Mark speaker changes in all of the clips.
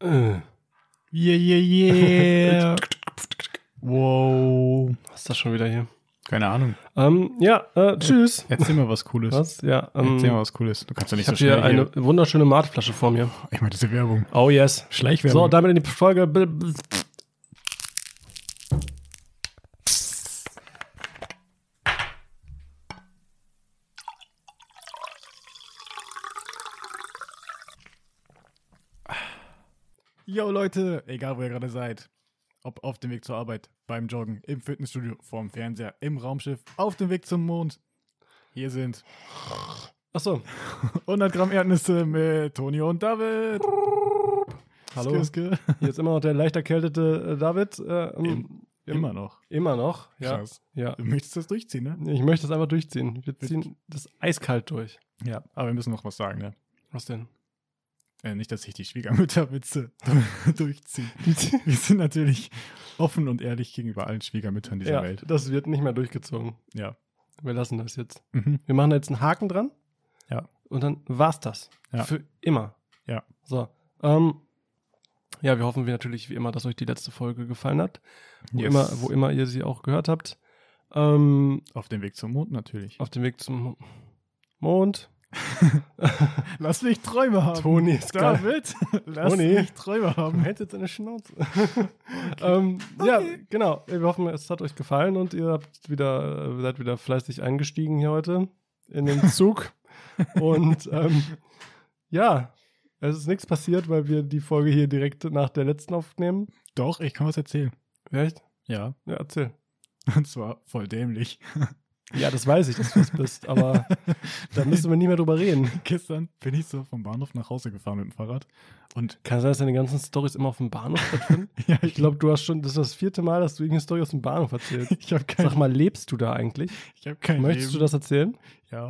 Speaker 1: Äh,
Speaker 2: Yeah, yeah, yeah. wow.
Speaker 1: was ist das schon wieder hier?
Speaker 2: Keine Ahnung.
Speaker 1: Ähm, ja, äh, tschüss.
Speaker 2: Erzähl mal was Cooles.
Speaker 1: Was? Ja, ähm,
Speaker 2: Erzähl mal was Cooles. Du kannst ja nicht
Speaker 1: ich
Speaker 2: so
Speaker 1: habe hier
Speaker 2: schnell
Speaker 1: eine
Speaker 2: hier.
Speaker 1: wunderschöne Mateflasche vor mir.
Speaker 2: Ich meine, diese Werbung.
Speaker 1: Oh yes. So,
Speaker 2: Schleichwerbung.
Speaker 1: damit in die Folge. Bl- bl-
Speaker 2: Yo Leute, egal wo ihr gerade seid. Ob auf dem Weg zur Arbeit, beim Joggen, im Fitnessstudio, vorm Fernseher, im Raumschiff, auf dem Weg zum Mond. Hier sind
Speaker 1: Achso.
Speaker 2: 100 Gramm Erdnüsse mit Toni und David.
Speaker 1: Hallo.
Speaker 2: Ske, ske.
Speaker 1: Hier ist immer noch der leicht erkältete äh, David. Äh, ähm, im-
Speaker 2: Immer noch.
Speaker 1: Immer noch. Ja.
Speaker 2: Krass.
Speaker 1: ja.
Speaker 2: Du möchtest das durchziehen, ne?
Speaker 1: Ich möchte das einfach durchziehen. Wir ziehen das eiskalt durch.
Speaker 2: Ja, aber wir müssen noch was sagen, ne?
Speaker 1: Was denn?
Speaker 2: Äh, nicht, dass ich die Schwiegermütterwitze durchziehe. Wir sind natürlich offen und ehrlich gegenüber allen Schwiegermüttern dieser
Speaker 1: ja,
Speaker 2: Welt.
Speaker 1: das wird nicht mehr durchgezogen.
Speaker 2: Ja.
Speaker 1: Wir lassen das jetzt.
Speaker 2: Mhm.
Speaker 1: Wir machen da jetzt einen Haken dran.
Speaker 2: Ja.
Speaker 1: Und dann war's das.
Speaker 2: Ja.
Speaker 1: Für immer.
Speaker 2: Ja.
Speaker 1: So. Ähm, ja, wir hoffen wir natürlich wie immer, dass euch die letzte Folge gefallen hat. Wo,
Speaker 2: Yes.
Speaker 1: immer, wo immer ihr sie auch gehört habt. Ähm,
Speaker 2: Auf dem Weg zum Mond natürlich.
Speaker 1: auf dem Weg zum Mond.
Speaker 2: Lass mich Träume haben.
Speaker 1: Toni ist gerade.
Speaker 2: David, lass
Speaker 1: Toni.
Speaker 2: mich Träume
Speaker 1: Du
Speaker 2: haben.
Speaker 1: hältst jetzt eine Schnauze. Hm. ähm, Ja,
Speaker 2: Okay.
Speaker 1: genau. Wir hoffen, es hat euch gefallen und ihr habt wieder, seid wieder fleißig eingestiegen hier heute in den Zug. und ähm, ja, es ist nichts passiert, weil wir die Folge hier direkt nach der letzten aufnehmen.
Speaker 2: Doch, ich kann was erzählen.
Speaker 1: Echt?
Speaker 2: Ja.
Speaker 1: Ja, erzähl.
Speaker 2: Und zwar voll dämlich.
Speaker 1: Ja, das weiß ich, dass du es bist, aber da müssen wir nicht mehr drüber reden.
Speaker 2: Gestern bin ich so vom Bahnhof nach Hause gefahren mit dem Fahrrad. Und
Speaker 1: Kann sein, dass deine ganzen Stories immer auf dem Bahnhof stattfinden?
Speaker 2: ja,
Speaker 1: Ich glaube, du hast schon, das ist das vierte Mal, dass du irgendeine Story aus dem Bahnhof erzählst.
Speaker 2: ich habe kein,
Speaker 1: Sag mal, lebst du da eigentlich?
Speaker 2: ich hab kein
Speaker 1: Möchtest du
Speaker 2: Leben.
Speaker 1: das erzählen?
Speaker 2: Ja.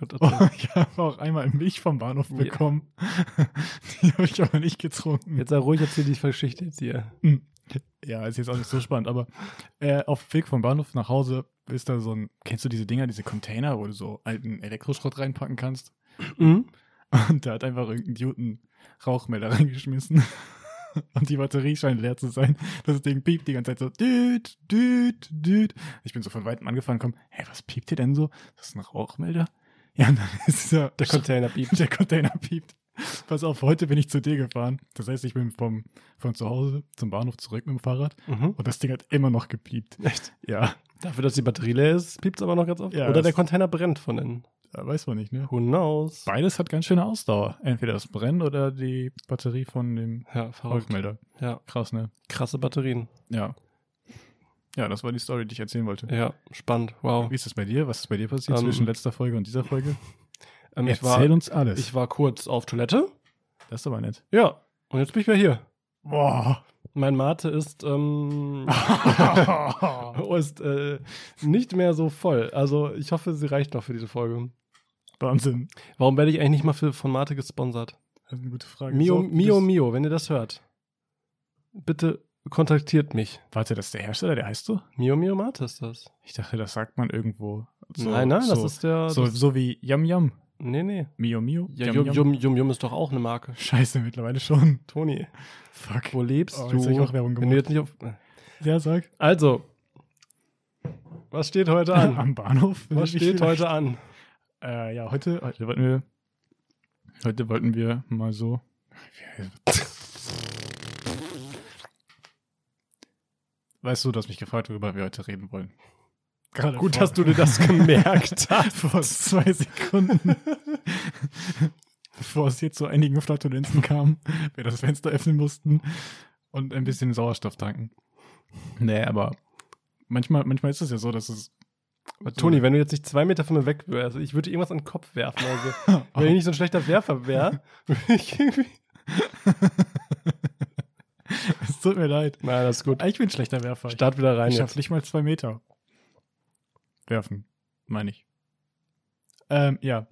Speaker 1: Gut,
Speaker 2: Oh,
Speaker 1: erzähl.
Speaker 2: ich habe auch einmal Milch vom Bahnhof
Speaker 1: Ja.
Speaker 2: bekommen. Die habe ich aber nicht getrunken.
Speaker 1: Jetzt sei ruhig, erzähl die Geschichte jetzt hier.
Speaker 2: Ja, ist jetzt auch nicht so spannend, aber äh, auf dem Weg vom Bahnhof nach Hause ist da so ein, kennst du diese Dinger, diese Container, wo du so alten Elektroschrott reinpacken kannst? Mhm. Und da hat einfach irgendein Dude einen Rauchmelder reingeschmissen. Und die Batterie scheint leer zu sein. Das Ding piept die ganze Zeit so, düt, düt, düt. Ich bin so von Weitem angefangen, komm, hey, was piept hier denn so? Das ist ein Rauchmelder? Ja, und dann ist dieser
Speaker 1: Der Container piept.
Speaker 2: der Container piept. Pass auf, heute bin ich zu dir gefahren. Das heißt, ich bin vom, von zu Hause zum Bahnhof zurück mit dem Fahrrad
Speaker 1: Mhm.
Speaker 2: und das Ding hat immer noch gepiept.
Speaker 1: Echt?
Speaker 2: Ja,
Speaker 1: Dafür, dass die Batterie leer ist, piept es aber noch ganz oft.
Speaker 2: Ja,
Speaker 1: Oder
Speaker 2: das-
Speaker 1: der Container brennt von innen.
Speaker 2: da weiß man nicht, ne?
Speaker 1: Who knows?
Speaker 2: Beides hat ganz schöne Ausdauer. Entweder das Brennen oder die Batterie von dem
Speaker 1: Ja, verrückt.
Speaker 2: Rauchmelder.
Speaker 1: Ja,
Speaker 2: Krass, ne?
Speaker 1: krasse Batterien.
Speaker 2: Ja. Ja, das war die Story, die ich erzählen wollte.
Speaker 1: Ja, spannend. Wow.
Speaker 2: Wie ist es bei dir? Was ist bei dir passiert
Speaker 1: Ähm,
Speaker 2: zwischen letzter Folge und dieser Folge?
Speaker 1: Ähm, ich,
Speaker 2: Erzähl
Speaker 1: war,
Speaker 2: uns alles.
Speaker 1: ich war kurz auf Toilette.
Speaker 2: das ist aber nett.
Speaker 1: Ja, und jetzt bin ich wieder hier.
Speaker 2: Boah.
Speaker 1: Mein Mate ist, ähm, ist äh, nicht mehr so voll. Also ich hoffe, sie reicht noch für diese Folge.
Speaker 2: Wahnsinn.
Speaker 1: Warum werde ich eigentlich nicht mal für, von Mate gesponsert?
Speaker 2: Das ist eine gute Frage.
Speaker 1: Mio,
Speaker 2: So,
Speaker 1: Mio,
Speaker 2: bist-
Speaker 1: Mio, wenn ihr das hört, bitte kontaktiert mich.
Speaker 2: Warte, das ist der Hersteller, der heißt so?
Speaker 1: Mio Mio Mate ist das.
Speaker 2: Ich dachte, das sagt man irgendwo. So,
Speaker 1: nein, nein,
Speaker 2: so,
Speaker 1: das ist der.
Speaker 2: So,
Speaker 1: das,
Speaker 2: so wie Yum Yum.
Speaker 1: nee, nee.
Speaker 2: Mio Mio.
Speaker 1: Ja, Yum Yum, Yum Yum ist doch auch eine Marke.
Speaker 2: Scheiße, mittlerweile schon.
Speaker 1: Toni,
Speaker 2: Fuck.
Speaker 1: wo lebst
Speaker 2: Oh,
Speaker 1: du?
Speaker 2: jetzt hab ich auch Werbung
Speaker 1: wenn
Speaker 2: gemacht.
Speaker 1: du jetzt nicht auf.
Speaker 2: Ja, sag.
Speaker 1: Also, was steht heute an?
Speaker 2: Am Bahnhof.
Speaker 1: was
Speaker 2: Will ich
Speaker 1: steht
Speaker 2: vielleicht-
Speaker 1: heute an?
Speaker 2: Äh, ja, heute, heute wollten wir. Heute wollten wir mal so. Weißt du, du hast mich gefragt, worüber wir heute reden wollen. Gerade
Speaker 1: Gut,
Speaker 2: vor-
Speaker 1: dass du dir das gemerkt hast.
Speaker 2: vor zwei Sekunden, bevor es hier zu einigen Flatulenzen kam, wir das Fenster öffnen mussten und ein bisschen Sauerstoff tanken. Nee, aber manchmal, manchmal ist es ja so, dass es.
Speaker 1: Toni, wenn du jetzt nicht zwei Meter von mir weg wärst, ich würde dir irgendwas an den Kopf werfen. Also,
Speaker 2: Oh,
Speaker 1: wenn ich nicht so ein schlechter Werfer wäre, würde ich irgendwie.
Speaker 2: es tut mir leid.
Speaker 1: Nein, das ist gut.
Speaker 2: Ich bin ein schlechter Werfer. Ich-
Speaker 1: Start wieder rein
Speaker 2: ich
Speaker 1: jetzt.
Speaker 2: schaff nicht mal zwei Meter. Werfen, meine ich. Ähm, ja.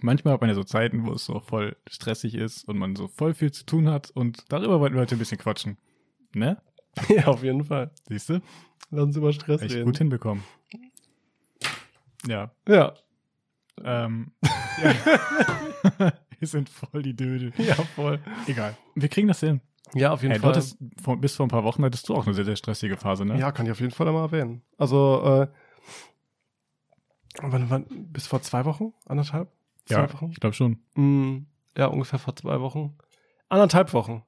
Speaker 2: Manchmal hat man ja so Zeiten, wo es so voll stressig ist und man so voll viel zu tun hat und darüber wollten wir heute ein bisschen quatschen. Ne?
Speaker 1: Ja, auf jeden Fall.
Speaker 2: Siehst du?
Speaker 1: Lass uns über Stress
Speaker 2: Echt
Speaker 1: reden.
Speaker 2: gut hinbekommen. Ja.
Speaker 1: Ja.
Speaker 2: Ähm, Wir sind voll die Dödel.
Speaker 1: Ja, voll.
Speaker 2: Egal. Wir kriegen das hin.
Speaker 1: Ja, auf jeden
Speaker 2: Hey, du
Speaker 1: Fall.
Speaker 2: hattest, vor, bis vor ein paar Wochen hattest du auch eine sehr, sehr stressige Phase, ne?
Speaker 1: Ja, kann ich auf jeden Fall einmal erwähnen. Also, äh, wann, wann, bis vor zwei Wochen? Anderthalb?
Speaker 2: Ja,
Speaker 1: Zwei Wochen?
Speaker 2: ich glaube schon.
Speaker 1: Mm, ja, ungefähr vor zwei Wochen. Anderthalb Wochen.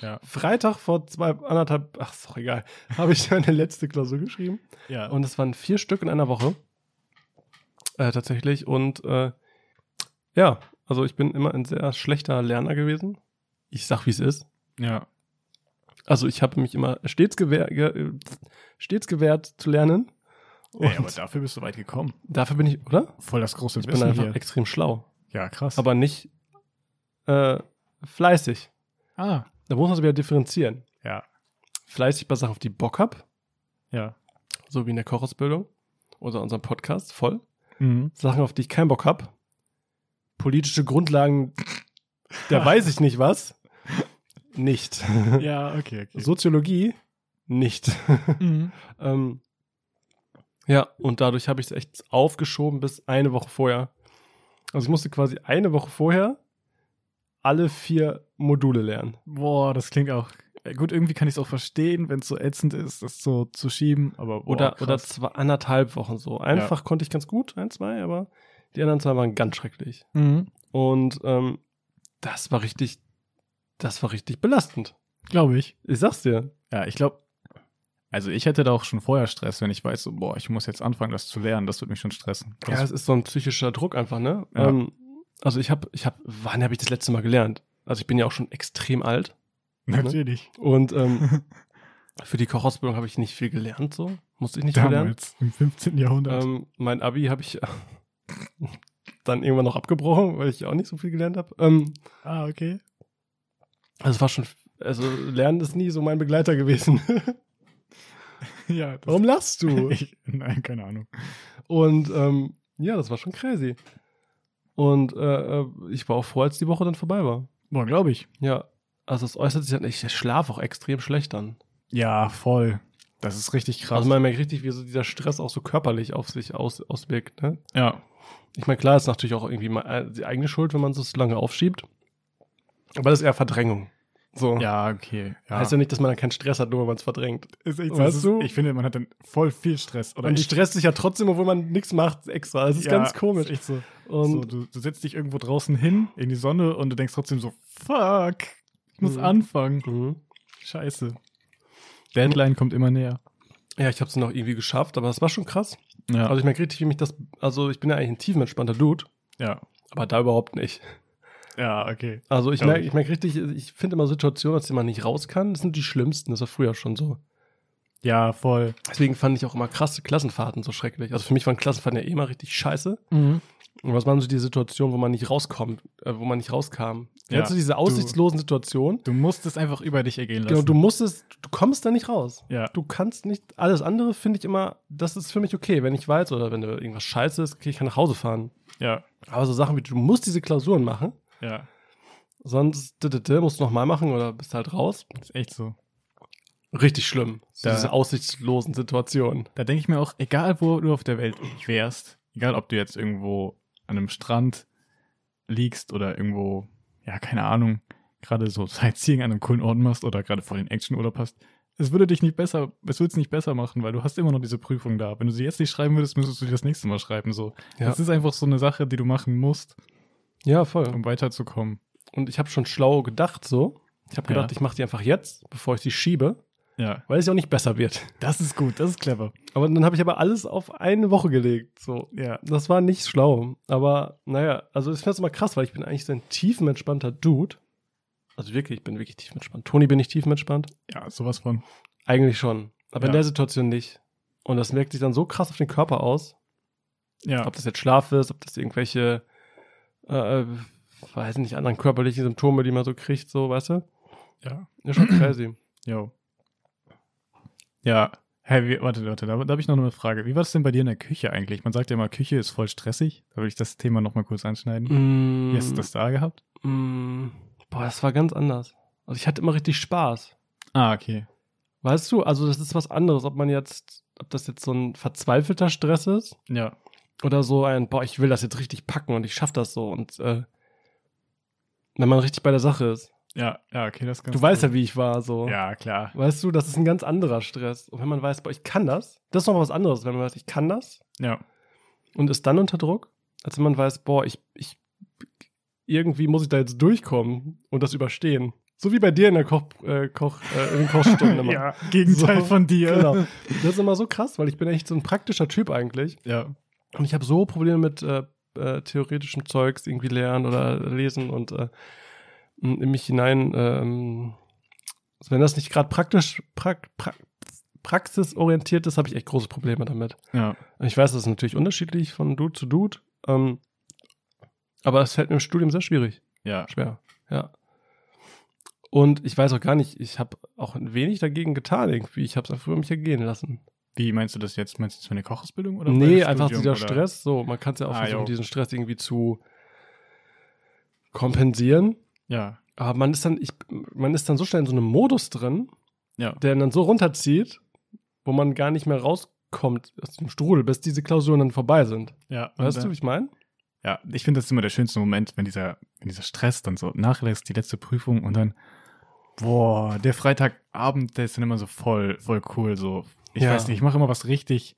Speaker 2: Ja.
Speaker 1: Freitag vor zwei, anderthalb, ach, ist doch egal, habe ich meine letzte Klausur geschrieben.
Speaker 2: Ja.
Speaker 1: Und es waren vier Stück in einer Woche. Äh, tatsächlich. Und äh, ja, also ich bin immer ein sehr schlechter Lerner gewesen. Ich sag, wie es ist.
Speaker 2: ja.
Speaker 1: Also ich habe mich immer stets, gewehr, ge, stets gewehrt zu lernen. Und
Speaker 2: Ey, aber dafür bist du weit gekommen.
Speaker 1: dafür bin ich, oder?
Speaker 2: Voll das große
Speaker 1: Ich bin einfach extrem schlau.
Speaker 2: Ja, krass.
Speaker 1: Aber nicht äh, fleißig.
Speaker 2: ah,
Speaker 1: Da muss man es wieder differenzieren.
Speaker 2: Ja.
Speaker 1: Fleißig bei Sachen, auf die Bock hab,
Speaker 2: ja.
Speaker 1: so wie in der Kochausbildung oder unserem Podcast, voll.
Speaker 2: Mhm.
Speaker 1: Sachen, auf die ich keinen Bock hab. Politische Grundlagen, da weiß ich nicht was. Nicht.
Speaker 2: Ja, okay, okay.
Speaker 1: Soziologie, nicht.
Speaker 2: Also, Mhm.
Speaker 1: Ähm, ja, und dadurch habe ich es echt aufgeschoben bis eine Woche vorher. Also ich musste quasi eine Woche vorher alle vier Module lernen.
Speaker 2: Boah, das klingt auch. äh, Gut, irgendwie kann ich es auch verstehen, wenn es so ätzend ist, das so zu schieben, aber boah,
Speaker 1: Oder,
Speaker 2: krass.
Speaker 1: oder zwei, anderthalb Wochen so. Einfach konnte ich ganz gut, ein, zwei, aber die anderen zwei waren ganz schrecklich.
Speaker 2: Mhm.
Speaker 1: Und ähm, das war richtig, das war richtig belastend.
Speaker 2: Glaube ich.
Speaker 1: Ich sag's dir.
Speaker 2: Ja, ich glaube, also ich hätte da auch schon vorher Stress, wenn ich weiß, so, boah, ich muss jetzt anfangen, das zu lernen, das würde mich schon stressen.
Speaker 1: Ja, es ist so ein psychischer Druck einfach, ne?
Speaker 2: Ja.
Speaker 1: Ähm, also ich habe, ich habe, wann habe ich das letzte Mal gelernt? Also ich bin ja auch schon extrem alt.
Speaker 2: ne? natürlich.
Speaker 1: Und ähm, für die Kochausbildung habe ich nicht viel gelernt, so. Musste ich nicht
Speaker 2: Damals, im 15.
Speaker 1: viel
Speaker 2: Jahrhundert.
Speaker 1: lernen. Ähm, mein Abi habe ich dann irgendwann noch abgebrochen, weil ich auch nicht so viel gelernt habe. Ähm,
Speaker 2: ah, okay.
Speaker 1: also es war schon, also Lernen ist nie so mein Begleiter gewesen.
Speaker 2: Ja, das
Speaker 1: Warum lachst du?
Speaker 2: Ich, nein, keine Ahnung.
Speaker 1: Und ähm, ja, das war schon crazy. Und äh, äh, ich war auch froh, als die Woche dann vorbei war.
Speaker 2: Boah, glaube ich.
Speaker 1: Ja, also es äußert sich dann, ich schlafe auch extrem schlecht dann.
Speaker 2: Ja, voll. Das ist richtig krass.
Speaker 1: Also man merkt richtig, wie so dieser Stress auch so körperlich auf sich aus, auswirkt, ne?
Speaker 2: ja.
Speaker 1: Ich meine, klar, ist natürlich auch irgendwie mal, äh, die eigene Schuld, wenn man so lange aufschiebt. Aber das ist eher Verdrängung. So.
Speaker 2: Ja, okay. Ja.
Speaker 1: Heißt ja nicht, dass man dann keinen Stress hat, nur weil man es verdrängt.
Speaker 2: ist echt
Speaker 1: Weißt
Speaker 2: das Also, ist-
Speaker 1: du?
Speaker 2: Ich finde, man hat dann voll viel Stress. Oder
Speaker 1: man
Speaker 2: ich-
Speaker 1: stresst sich ja trotzdem, obwohl man nichts macht extra. Das ist
Speaker 2: Ja,
Speaker 1: ganz komisch.
Speaker 2: ist echt so. so,
Speaker 1: Und
Speaker 2: du, du setzt dich irgendwo draußen hin in die Sonne und du denkst trotzdem so, fuck, ich muss
Speaker 1: Mhm.
Speaker 2: anfangen.
Speaker 1: Mhm.
Speaker 2: Scheiße. Deadline kommt immer näher.
Speaker 1: ja, ich habe es noch irgendwie geschafft, aber das war schon krass.
Speaker 2: Ja.
Speaker 1: Also ich merke richtig, wie mich das, also ich bin ja eigentlich ein tiefenentspannter Dude,
Speaker 2: ja.
Speaker 1: aber da überhaupt nicht.
Speaker 2: Ja, okay.
Speaker 1: Also ich
Speaker 2: Glaub
Speaker 1: merke
Speaker 2: ich.
Speaker 1: ich merk richtig, ich finde immer Situationen, aus denen man nicht raus kann, das sind die schlimmsten, das war früher schon so.
Speaker 2: Ja, voll.
Speaker 1: Deswegen fand ich auch immer krasse Klassenfahrten so schrecklich. Also für mich waren Klassenfahrten ja eh immer richtig scheiße. Und was waren so die Situationen, wo man nicht rauskommt, äh, wo man nicht rauskam?
Speaker 2: Ja,
Speaker 1: Kennst du diese aussichtslosen Situationen?
Speaker 2: Du musst es einfach über dich ergehen lassen.
Speaker 1: Genau, du musstest, du kommst da nicht raus.
Speaker 2: ja.
Speaker 1: Du kannst nicht, alles andere finde ich immer, das ist für mich okay, wenn ich weiß oder wenn da irgendwas scheiße ist, okay, ich kann nach Hause fahren.
Speaker 2: ja,
Speaker 1: Aber so Sachen wie, du musst diese Klausuren machen,
Speaker 2: ja.
Speaker 1: sonst d -d -d, musst du nochmal machen oder bist halt raus.
Speaker 2: Ist echt so.
Speaker 1: Richtig schlimm, so
Speaker 2: Da-
Speaker 1: diese aussichtslosen Situationen.
Speaker 2: Da denke ich mir auch, egal wo du auf der Welt wärst, egal ob du jetzt irgendwo an einem Strand liegst oder irgendwo, ja, keine Ahnung, gerade so Sightseeing an einem coolen Ort machst oder gerade vor den Actionurlaub hast, es würde dich nicht besser, es würde es nicht besser machen, weil du hast immer noch diese Prüfung da. Wenn du sie jetzt nicht schreiben würdest, müsstest du die das nächste Mal schreiben. So,
Speaker 1: Ja.
Speaker 2: das ist einfach so eine Sache, die du machen musst,
Speaker 1: Ja, voll.
Speaker 2: um weiterzukommen.
Speaker 1: Und ich habe schon schlau gedacht so. Ich habe gedacht,
Speaker 2: Ja.
Speaker 1: ich mache die einfach jetzt, bevor ich sie schiebe,
Speaker 2: Ja,
Speaker 1: weil es ja auch nicht besser wird.
Speaker 2: das ist gut, das ist clever.
Speaker 1: Aber dann habe ich aber alles auf eine Woche gelegt. So.
Speaker 2: Ja,
Speaker 1: Das war nicht schlau. Aber naja, also ich finde es immer krass, weil ich bin eigentlich so ein tiefenentspannter Dude. Also wirklich, ich bin wirklich tiefenentspannt. Toni bin ich tiefenentspannt?
Speaker 2: ja, sowas von.
Speaker 1: Eigentlich schon. Aber in
Speaker 2: Ja.
Speaker 1: der Situation nicht. Und das merkt sich dann so krass auf den Körper aus.
Speaker 2: Ja,
Speaker 1: Ob das jetzt Schlaf ist, ob das irgendwelche, äh, weiß nicht, anderen körperlichen Symptome, die man so kriegt, so, weißt du?
Speaker 2: ja.
Speaker 1: Ist schon crazy.
Speaker 2: Jo. Ja. Hey, wie, warte, warte, da, da habe ich noch eine Frage. Wie war das denn bei dir in der Küche eigentlich? Man sagt ja immer, Küche ist voll stressig. Da will ich das Thema nochmal kurz anschneiden.
Speaker 1: Mm,
Speaker 2: Wie hast du das da gehabt?
Speaker 1: Mm, boah, das war ganz anders. Also ich hatte immer richtig Spaß.
Speaker 2: Ah, okay.
Speaker 1: Weißt du, also das ist was anderes, ob man jetzt, ob das jetzt so ein verzweifelter Stress ist
Speaker 2: Ja.
Speaker 1: oder so ein, boah, ich will das jetzt richtig packen und ich schaff das so und äh, Wenn man richtig bei der Sache ist.
Speaker 2: Ja, ja, okay, das
Speaker 1: Du weißt ja, wie ich war, so.
Speaker 2: genau. Ja, klar.
Speaker 1: Weißt du, das ist ein ganz anderer Stress. Und wenn man weiß, boah, ich kann das, das ist noch was anderes, wenn man weiß, ich kann das
Speaker 2: Ja.
Speaker 1: und ist dann unter Druck, als wenn man weiß, boah, ich, ich irgendwie muss ich da jetzt durchkommen und das überstehen. So wie bei dir in der Koch, äh, Koch, äh, in den Kochstunden immer.
Speaker 2: ja, Gegenteil
Speaker 1: So,
Speaker 2: von dir.
Speaker 1: Genau. Das ist immer so krass, weil ich bin echt so ein praktischer Typ eigentlich.
Speaker 2: Ja.
Speaker 1: Und ich habe so Probleme mit äh, äh, theoretischem Zeugs irgendwie lernen oder lesen und äh, m- in mich hinein, ähm, also wenn das nicht gerade praktisch prak, prak, praxisorientiert ist, habe ich echt große Probleme damit.
Speaker 2: Ja.
Speaker 1: Ich weiß, das ist natürlich unterschiedlich von Dude zu Dude, ähm, aber es fällt mir im Studium sehr schwierig,
Speaker 2: Ja.
Speaker 1: schwer, ja. Und ich weiß auch gar nicht, ich habe auch ein wenig dagegen getan irgendwie. Ich habe es einfach über mich ergehen lassen.
Speaker 2: Wie meinst du das jetzt? Meinst du jetzt meine Kochausbildung oder?
Speaker 1: Nee,
Speaker 2: bei
Speaker 1: einfach
Speaker 2: Studium,
Speaker 1: dieser
Speaker 2: oder?
Speaker 1: Stress. So, man kann es ja auch
Speaker 2: Ah,
Speaker 1: versuchen,
Speaker 2: jo.
Speaker 1: diesen Stress irgendwie zu kompensieren.
Speaker 2: Ja.
Speaker 1: Aber man ist dann, ich, man ist dann so schnell in so einem Modus drin,
Speaker 2: Ja.
Speaker 1: der einen dann so runterzieht, wo man gar nicht mehr rauskommt aus dem Strudel, bis diese Klausuren dann vorbei sind.
Speaker 2: Ja. und
Speaker 1: Weißt
Speaker 2: dann-
Speaker 1: du, wie ich meine?
Speaker 2: Ja, ich finde das ist immer der schönste Moment, wenn dieser, wenn dieser Stress dann so nachlässt, die letzte Prüfung und dann, boah, der Freitagabend, der ist dann immer so voll, voll cool. So, ich
Speaker 1: Ja.
Speaker 2: weiß nicht, ich mache immer was richtig,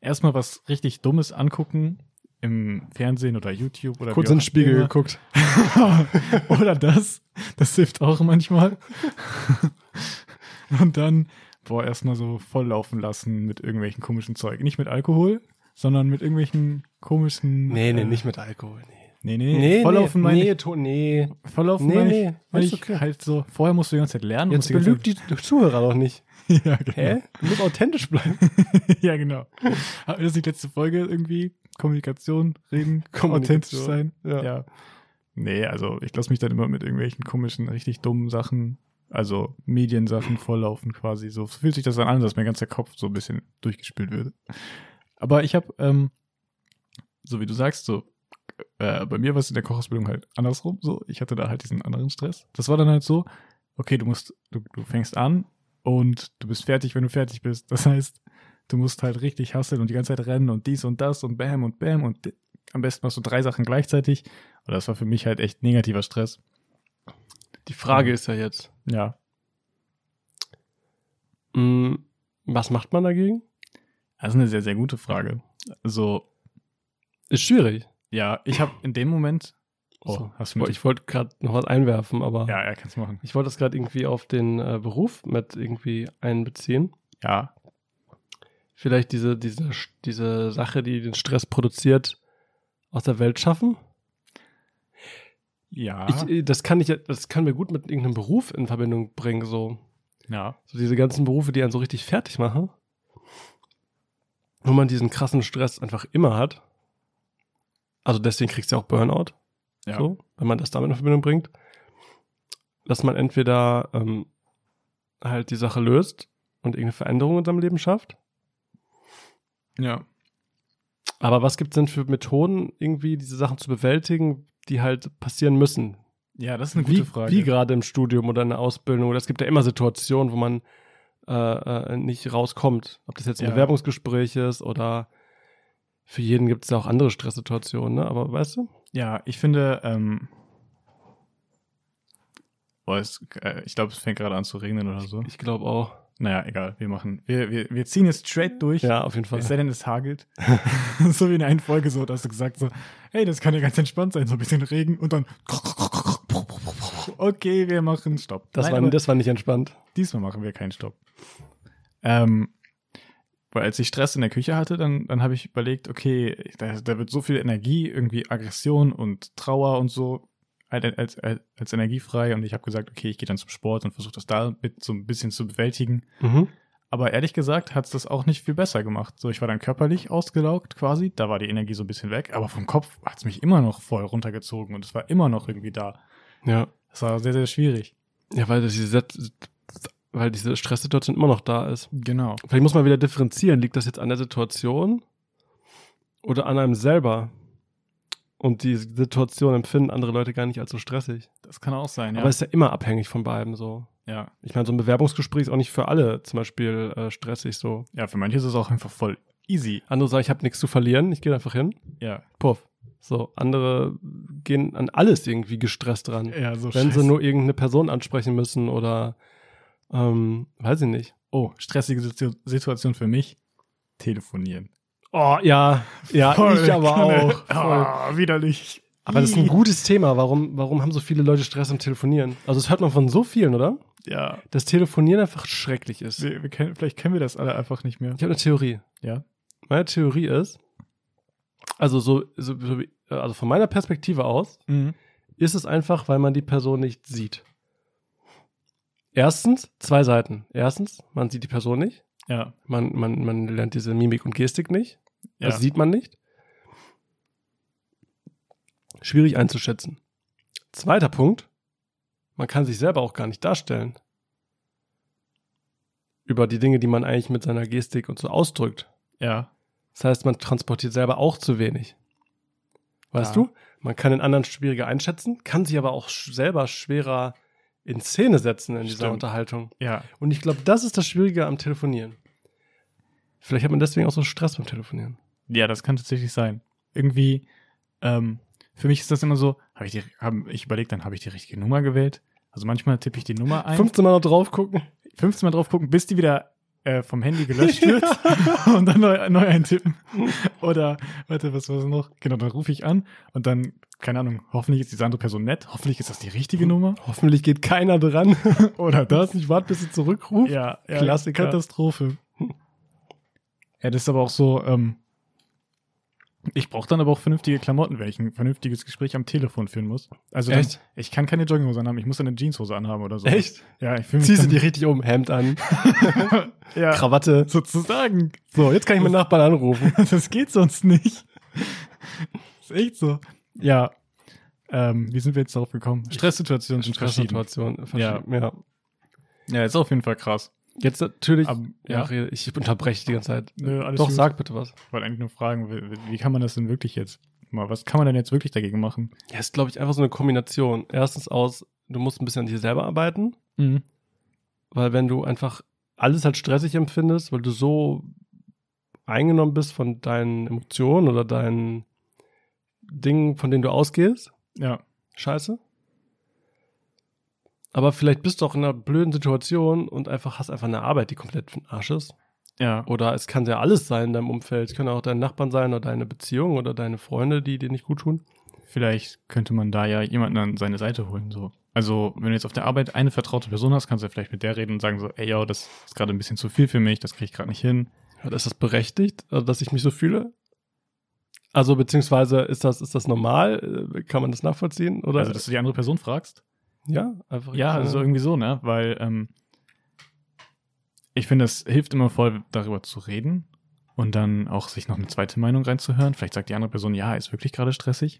Speaker 2: erstmal was richtig Dummes angucken im Fernsehen oder YouTube oder
Speaker 1: Kurz
Speaker 2: wie
Speaker 1: in den
Speaker 2: auch
Speaker 1: Spiegel
Speaker 2: immer.
Speaker 1: geguckt.
Speaker 2: oder das. Das hilft auch manchmal. Und dann, boah, erstmal so voll laufen lassen mit irgendwelchen komischen Zeug. Nicht mit Alkohol, sondern mit irgendwelchen komischen.
Speaker 1: Nee, nee,
Speaker 2: äh,
Speaker 1: nicht mit Alkohol. Nee,
Speaker 2: Nee, nee, volllaufen meine
Speaker 1: nee, to, nee.
Speaker 2: ich. Volllaufen
Speaker 1: Nee,
Speaker 2: meine
Speaker 1: nee,
Speaker 2: ich. Weil
Speaker 1: ist
Speaker 2: ich
Speaker 1: okay.
Speaker 2: halt so, vorher musst du die ganze Zeit lernen.
Speaker 1: Jetzt
Speaker 2: musst du
Speaker 1: belügt die Zuhörer doch nicht.
Speaker 2: die ganze Zeit, ja, genau.
Speaker 1: Hä? Du musst authentisch bleiben.
Speaker 2: ja, genau. Aber das ist die letzte Folge irgendwie. Kommunikation, reden,
Speaker 1: Kommunikation,
Speaker 2: authentisch sein.
Speaker 1: ja.
Speaker 2: Nee, also ich lasse mich dann immer mit irgendwelchen komischen, richtig dummen Sachen, also Mediensachen volllaufen quasi. So fühlt sich das dann an, dass mein ganzer Kopf so ein bisschen durchgespült wird. Aber ich habe, ähm, so wie du sagst, so äh, bei mir war es in der Kochausbildung halt andersrum. So, ich hatte da halt diesen anderen Stress. Das war dann halt so, okay, du musst, du, du fängst an und du bist fertig, wenn du fertig bist. Das heißt, du musst halt richtig hasseln und die ganze Zeit rennen und dies und das und bam und bam und di- am besten machst du drei Sachen gleichzeitig. Aber das war für mich halt echt negativer Stress.
Speaker 1: Die Frage ist ja jetzt,
Speaker 2: Ja.
Speaker 1: mh, mm, was macht man dagegen?
Speaker 2: Das ist eine sehr, sehr gute Frage. Also,
Speaker 1: Ist schwierig.
Speaker 2: ja, ich habe in dem Moment. Oh,
Speaker 1: So.
Speaker 2: hast du
Speaker 1: Boah,
Speaker 2: mit.
Speaker 1: ich wollte gerade noch was einwerfen, aber
Speaker 2: ja, er kann's machen.
Speaker 1: ich wollte das gerade irgendwie auf den äh, Beruf mit irgendwie einbeziehen.
Speaker 2: Ja.
Speaker 1: Vielleicht diese, diese, diese Sache, die den Stress produziert, aus der Welt schaffen.
Speaker 2: Ja.
Speaker 1: Ich, äh, das kann ich, ja- das kann mir gut mit irgendeinem Beruf in Verbindung bringen, so.
Speaker 2: ja.
Speaker 1: So diese ganzen Berufe, die einen so richtig fertig machen. Wo man diesen krassen Stress einfach immer hat. Also deswegen kriegst du ja auch Burnout.
Speaker 2: Ja.
Speaker 1: So, wenn man das damit in Verbindung bringt, dass man entweder ähm, halt die Sache löst und irgendeine Veränderung in seinem Leben schafft.
Speaker 2: Ja.
Speaker 1: Aber was gibt es denn für Methoden, irgendwie diese Sachen zu bewältigen, die halt passieren müssen?
Speaker 2: Ja, das ist eine
Speaker 1: wie,
Speaker 2: gute Frage.
Speaker 1: Wie gerade im Studium oder in der Ausbildung. Oder es gibt ja immer Situationen, wo man äh, äh, nicht rauskommt. Ob das jetzt ein
Speaker 2: Ja.
Speaker 1: Bewerbungsgespräch ist oder für jeden gibt es ja auch andere Stresssituationen, ne? Aber weißt du?
Speaker 2: Ja, ich finde, ähm, boah, es, äh, ich glaube, es fängt gerade an zu regnen oder so.
Speaker 1: Ich glaube auch.
Speaker 2: Naja, egal, wir machen, wir, wir, wir ziehen jetzt straight durch.
Speaker 1: Ja, auf jeden Fall.
Speaker 2: Es sei denn, es hagelt. so wie in einer Folge so, da hast du gesagt so, hey, das kann ja ganz entspannt sein, so ein bisschen Regen und dann okay, wir machen Stopp.
Speaker 1: Das,
Speaker 2: Nein,
Speaker 1: war,
Speaker 2: aber
Speaker 1: das war nicht entspannt.
Speaker 2: diesmal machen wir keinen Stopp. Ähm, weil als ich Stress in der Küche hatte, dann, dann habe ich überlegt, okay, da, da wird so viel Energie, irgendwie Aggression und Trauer und so als, als, als, als energiefrei und ich habe gesagt, okay, ich gehe dann zum Sport und versuche das da mit so ein bisschen zu bewältigen.
Speaker 1: Mhm.
Speaker 2: Aber ehrlich gesagt hat es das auch nicht viel besser gemacht. So, ich war dann körperlich ausgelaugt quasi, da war die Energie so ein bisschen weg, aber vom Kopf hat es mich immer noch voll runtergezogen und es war immer noch irgendwie da.
Speaker 1: Ja.
Speaker 2: Das war sehr, sehr schwierig.
Speaker 1: Ja, weil das diese, Set- weil diese Stresssituation immer noch da ist.
Speaker 2: Genau.
Speaker 1: Vielleicht muss man wieder differenzieren. Liegt das jetzt an der Situation oder an einem selber? Und die Situation empfinden andere Leute gar nicht als so stressig.
Speaker 2: Das kann auch sein, ja.
Speaker 1: Aber es ist ja immer abhängig von beidem so.
Speaker 2: ja.
Speaker 1: Ich meine, so ein Bewerbungsgespräch ist auch nicht für alle zum Beispiel äh, stressig so.
Speaker 2: ja, für manche ist es auch einfach voll easy.
Speaker 1: Andere sagen, ich habe nichts zu verlieren, ich gehe einfach hin.
Speaker 2: Ja,
Speaker 1: Puff. So, andere gehen an alles irgendwie gestresst ran.
Speaker 2: Ja, so
Speaker 1: wenn
Speaker 2: Äh, scheiße.
Speaker 1: sie nur irgendeine Person ansprechen müssen oder ähm, weiß ich nicht.
Speaker 2: Oh, stressige Situ- Situation für mich. Telefonieren.
Speaker 1: Oh, ja, ja,
Speaker 2: Volle
Speaker 1: ich aber
Speaker 2: Kanne.
Speaker 1: auch. Voll.
Speaker 2: Ah, widerlich.
Speaker 1: Aber das ist ein gutes Thema. Warum, warum haben so viele Leute Stress am Telefonieren? Also, das hört man von so vielen, oder?
Speaker 2: Ja.
Speaker 1: Dass Telefonieren einfach schrecklich ist.
Speaker 2: Wir, wir kennen, vielleicht kennen wir das alle einfach nicht mehr.
Speaker 1: Ich habe eine Theorie.
Speaker 2: Ja.
Speaker 1: Meine Theorie ist, also so, so, so wie- also von meiner Perspektive aus,
Speaker 2: Mhm.
Speaker 1: ist es einfach, weil man die Person nicht sieht. Erstens, zwei Seiten. Erstens, man sieht die Person nicht.
Speaker 2: Ja.
Speaker 1: Man, man, man lernt diese Mimik und Gestik nicht.
Speaker 2: Ja.
Speaker 1: Das sieht man nicht. Schwierig einzuschätzen. Zweiter Punkt, man kann sich selber auch gar nicht darstellen. Über die Dinge, die man eigentlich mit seiner Gestik und so ausdrückt.
Speaker 2: ja.
Speaker 1: Das heißt, man transportiert selber auch zu wenig. Weißt
Speaker 2: Ja.
Speaker 1: du? Man kann den anderen schwieriger einschätzen, kann sich aber auch sch selber schwerer in Szene setzen in dieser
Speaker 2: Stimmt.
Speaker 1: Unterhaltung.
Speaker 2: Ja.
Speaker 1: Und ich glaube, das ist das Schwierige am Telefonieren. Vielleicht hat man deswegen auch so Stress beim Telefonieren.
Speaker 2: Ja, das kann tatsächlich sein. Irgendwie, ähm, für mich ist das immer so, habe ich die, hab, ich überlege dann, habe ich die richtige Nummer gewählt? Also manchmal tippe ich die Nummer ein,
Speaker 1: 15 Mal noch drauf gucken.
Speaker 2: 15 Mal drauf gucken, bis die wieder äh, vom Handy gelöscht wird und dann neu, neu eintippen. Oder, warte, was war es noch? Genau, dann rufe ich an und dann, keine Ahnung, hoffentlich ist diese andere Person nett, hoffentlich ist das die richtige Nummer.
Speaker 1: Hoffentlich geht keiner dran.
Speaker 2: Oder das.
Speaker 1: Das, ich warte, bis sie zurückruft.
Speaker 2: Ja, ja
Speaker 1: Klassiker.
Speaker 2: Katastrophe. Ja, das ist aber auch so, ähm, ich brauche dann aber auch vernünftige Klamotten, wenn ich ein vernünftiges Gespräch am Telefon führen muss. Also dann,
Speaker 1: Echt?
Speaker 2: ich kann keine Jogginghose anhaben, ich muss dann eine Jeanshose anhaben oder so.
Speaker 1: Echt?
Speaker 2: Ja, ich fühle mich
Speaker 1: Zieh sie
Speaker 2: dann,
Speaker 1: die richtig um. Hemd an,
Speaker 2: ja,
Speaker 1: Krawatte.
Speaker 2: sozusagen.
Speaker 1: So, jetzt kann ich meinen Nachbarn anrufen.
Speaker 2: Das geht sonst nicht. ist echt so. Ja, ähm, wie sind wir jetzt darauf gekommen? Stresssituationen sind verschieden.
Speaker 1: Stresssituation.
Speaker 2: Ja.
Speaker 1: ja.
Speaker 2: Ja, ist auf jeden Fall krass.
Speaker 1: Jetzt natürlich.
Speaker 2: Aber,
Speaker 1: ja,
Speaker 2: ja.
Speaker 1: rede. ich unterbreche die ganze Zeit.
Speaker 2: Nö, alles
Speaker 1: Doch,
Speaker 2: gut.
Speaker 1: sag bitte was.
Speaker 2: Ich wollte eigentlich nur fragen, wie, wie kann man das denn wirklich jetzt mal, was kann man denn jetzt wirklich dagegen machen?
Speaker 1: Ja, ist, glaube ich, einfach so eine Kombination. Erstens aus, du musst ein bisschen an dir selber arbeiten,
Speaker 2: Mhm.
Speaker 1: weil wenn du einfach alles als stressig empfindest, weil du so eingenommen bist von deinen Emotionen oder deinen Dingen, von denen du ausgehst,
Speaker 2: Ja,
Speaker 1: scheiße. Aber vielleicht bist du auch in einer blöden Situation und einfach hast einfach eine Arbeit, die komplett für den Arsch ist.
Speaker 2: ja,
Speaker 1: Oder es kann ja alles sein in deinem Umfeld. Es können auch deine Nachbarn sein oder deine Beziehung oder deine Freunde, die dir nicht gut tun.
Speaker 2: vielleicht könnte man da ja jemanden an seine Seite holen, so. Also, wenn du jetzt auf der Arbeit eine vertraute Person hast, kannst du ja vielleicht mit der reden und sagen so, ey, yo, das ist gerade ein bisschen zu viel für mich, das kriege ich gerade nicht hin.
Speaker 1: Ja, Ist das berechtigt, also, dass ich mich so fühle? Also, beziehungsweise, ist das, ist das normal? Äh, Kann man das nachvollziehen? Oder?
Speaker 2: Also, dass du die andere Person fragst?
Speaker 1: ja, einfach.
Speaker 2: Ja,
Speaker 1: äh,
Speaker 2: also irgendwie so, ne? Weil, ähm, ich finde, es hilft immer voll, darüber zu reden und dann auch sich noch eine zweite Meinung reinzuhören. Vielleicht sagt die andere Person, ja, ist wirklich gerade stressig.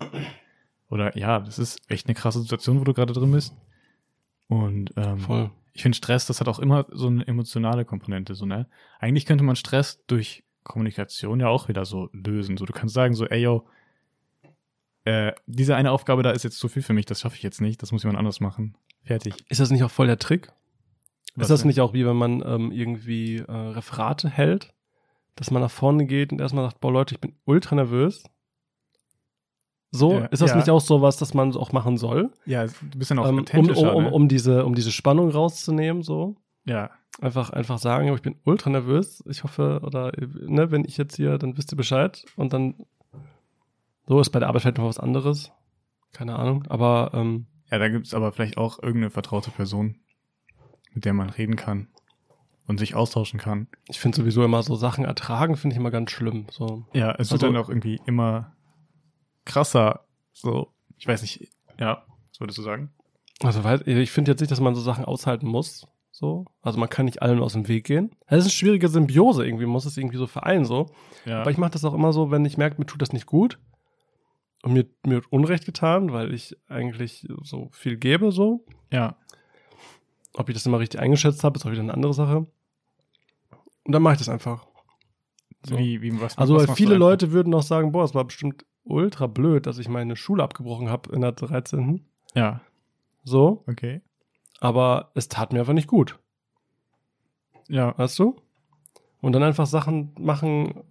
Speaker 2: Oder ja, das ist echt eine krasse Situation, wo du gerade drin bist. Und ähm,
Speaker 1: voll.
Speaker 2: ich finde, Stress, das hat auch immer so eine emotionale Komponente, so, ne? Eigentlich könnte man Stress durch Kommunikation ja auch wieder so lösen. So, du kannst sagen, so, ey, yo, äh, diese eine Aufgabe da ist jetzt zu viel für mich, das schaffe ich jetzt nicht, das muss jemand anders machen. Fertig.
Speaker 1: Ist das nicht auch voll der Trick?
Speaker 2: Was
Speaker 1: ist das
Speaker 2: denn?
Speaker 1: nicht auch wie, wenn man ähm, irgendwie äh, Referate hält, dass man nach vorne geht und erstmal sagt, boah, Leute, ich bin ultra nervös? So,
Speaker 2: Ja,
Speaker 1: ist das
Speaker 2: ja.
Speaker 1: nicht auch sowas, dass man auch machen soll?
Speaker 2: Ja, ein bisschen auch
Speaker 1: Ähm, um, um,
Speaker 2: authentischer,
Speaker 1: um,
Speaker 2: ne?
Speaker 1: um, diese, um diese Spannung rauszunehmen, so.
Speaker 2: Ja,
Speaker 1: einfach, einfach sagen, aber ich bin ultra nervös. Ich hoffe, oder ne, wenn ich jetzt hier, dann wisst ihr Bescheid. Und dann so ist bei der Arbeit vielleicht noch was anderes. Keine Ahnung. Aber ähm,
Speaker 2: ja da gibt es aber vielleicht auch irgendeine vertraute Person, mit der man reden kann und sich austauschen kann.
Speaker 1: ich finde sowieso immer so Sachen ertragen, finde ich immer ganz schlimm. So.
Speaker 2: Ja, es
Speaker 1: Also-
Speaker 2: wird dann auch irgendwie immer krasser. So, ich weiß nicht. Ja, was würdest du sagen?
Speaker 1: Also weiß, ich finde jetzt nicht, dass man so Sachen aushalten muss. So. Also man kann nicht allen aus dem Weg gehen. Das ist eine schwierige Symbiose irgendwie, man muss es irgendwie so vereinen. So.
Speaker 2: Ja.
Speaker 1: Aber ich mache das auch immer so, wenn ich merke, mir tut das nicht gut und mir, mir wird Unrecht getan, weil ich eigentlich so viel gebe, so.
Speaker 2: ja.
Speaker 1: Ob ich das immer richtig eingeschätzt habe, ist auch wieder eine andere Sache. Und dann mache ich das einfach. So.
Speaker 2: Wie, wie, was,
Speaker 1: Also
Speaker 2: was
Speaker 1: weil
Speaker 2: machst du
Speaker 1: viele
Speaker 2: einfach?
Speaker 1: Leute würden auch sagen, boah, es war bestimmt ultra blöd, dass ich meine Schule abgebrochen habe in der 13.
Speaker 2: Ja,
Speaker 1: So,
Speaker 2: okay.
Speaker 1: aber es tat mir einfach nicht gut,
Speaker 2: Ja,
Speaker 1: weißt du? Und dann einfach Sachen machen,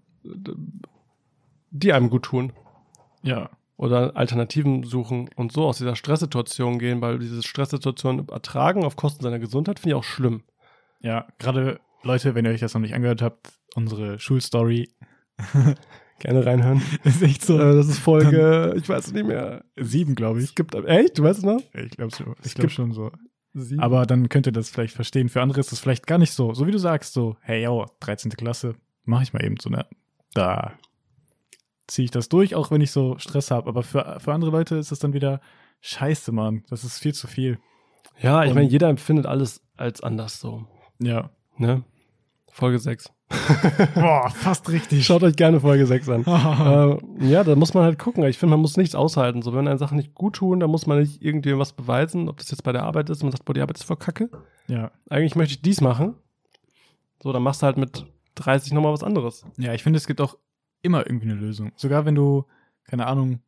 Speaker 1: die einem gut tun.
Speaker 2: ja.
Speaker 1: oder Alternativen suchen und so aus dieser Stresssituation gehen, weil diese Stresssituation ertragen auf Kosten seiner Gesundheit finde ich auch schlimm.
Speaker 2: Ja, gerade Leute, wenn ihr euch das noch nicht angehört habt, unsere Schulstory
Speaker 1: Gerne reinhören.
Speaker 2: ist echt
Speaker 1: Äh,
Speaker 2: so
Speaker 1: das ist Folge, ich weiß es nicht mehr.
Speaker 2: sieben, glaube
Speaker 1: Es
Speaker 2: ich.
Speaker 1: gibt, echt, du weißt es noch?
Speaker 2: Ich glaube schon,
Speaker 1: Es
Speaker 2: ich glaub
Speaker 1: gibt-
Speaker 2: schon so.
Speaker 1: Sieben.
Speaker 2: Aber dann könnt ihr das vielleicht verstehen. Für andere ist das vielleicht gar nicht so. So wie du sagst, so, hey, yo, 13. Klasse, mache ich mal eben so, ne? Da ziehe ich das durch, auch wenn ich so Stress habe. Aber für, für andere Leute ist das dann wieder scheiße, Mann. Das ist viel zu viel.
Speaker 1: ja, ich
Speaker 2: und-
Speaker 1: meine, jeder empfindet alles als anders so.
Speaker 2: Ja.
Speaker 1: Ne? Folge 6.
Speaker 2: Boah, fast richtig.
Speaker 1: Schaut euch gerne Folge 6 an. äh, ja, da muss man halt gucken. Ich finde, man muss nichts aushalten. So, wenn einem Sachen nicht gut tun, dann muss man nicht irgendwie was beweisen, ob das jetzt bei der Arbeit ist. Man sagt, boah, die Arbeit ist voll kacke.
Speaker 2: ja.
Speaker 1: Eigentlich möchte ich dies machen. So, dann machst du halt mit 30 nochmal was anderes.
Speaker 2: ja, ich finde, es gibt auch immer irgendwie eine Lösung. Sogar wenn du, keine Ahnung,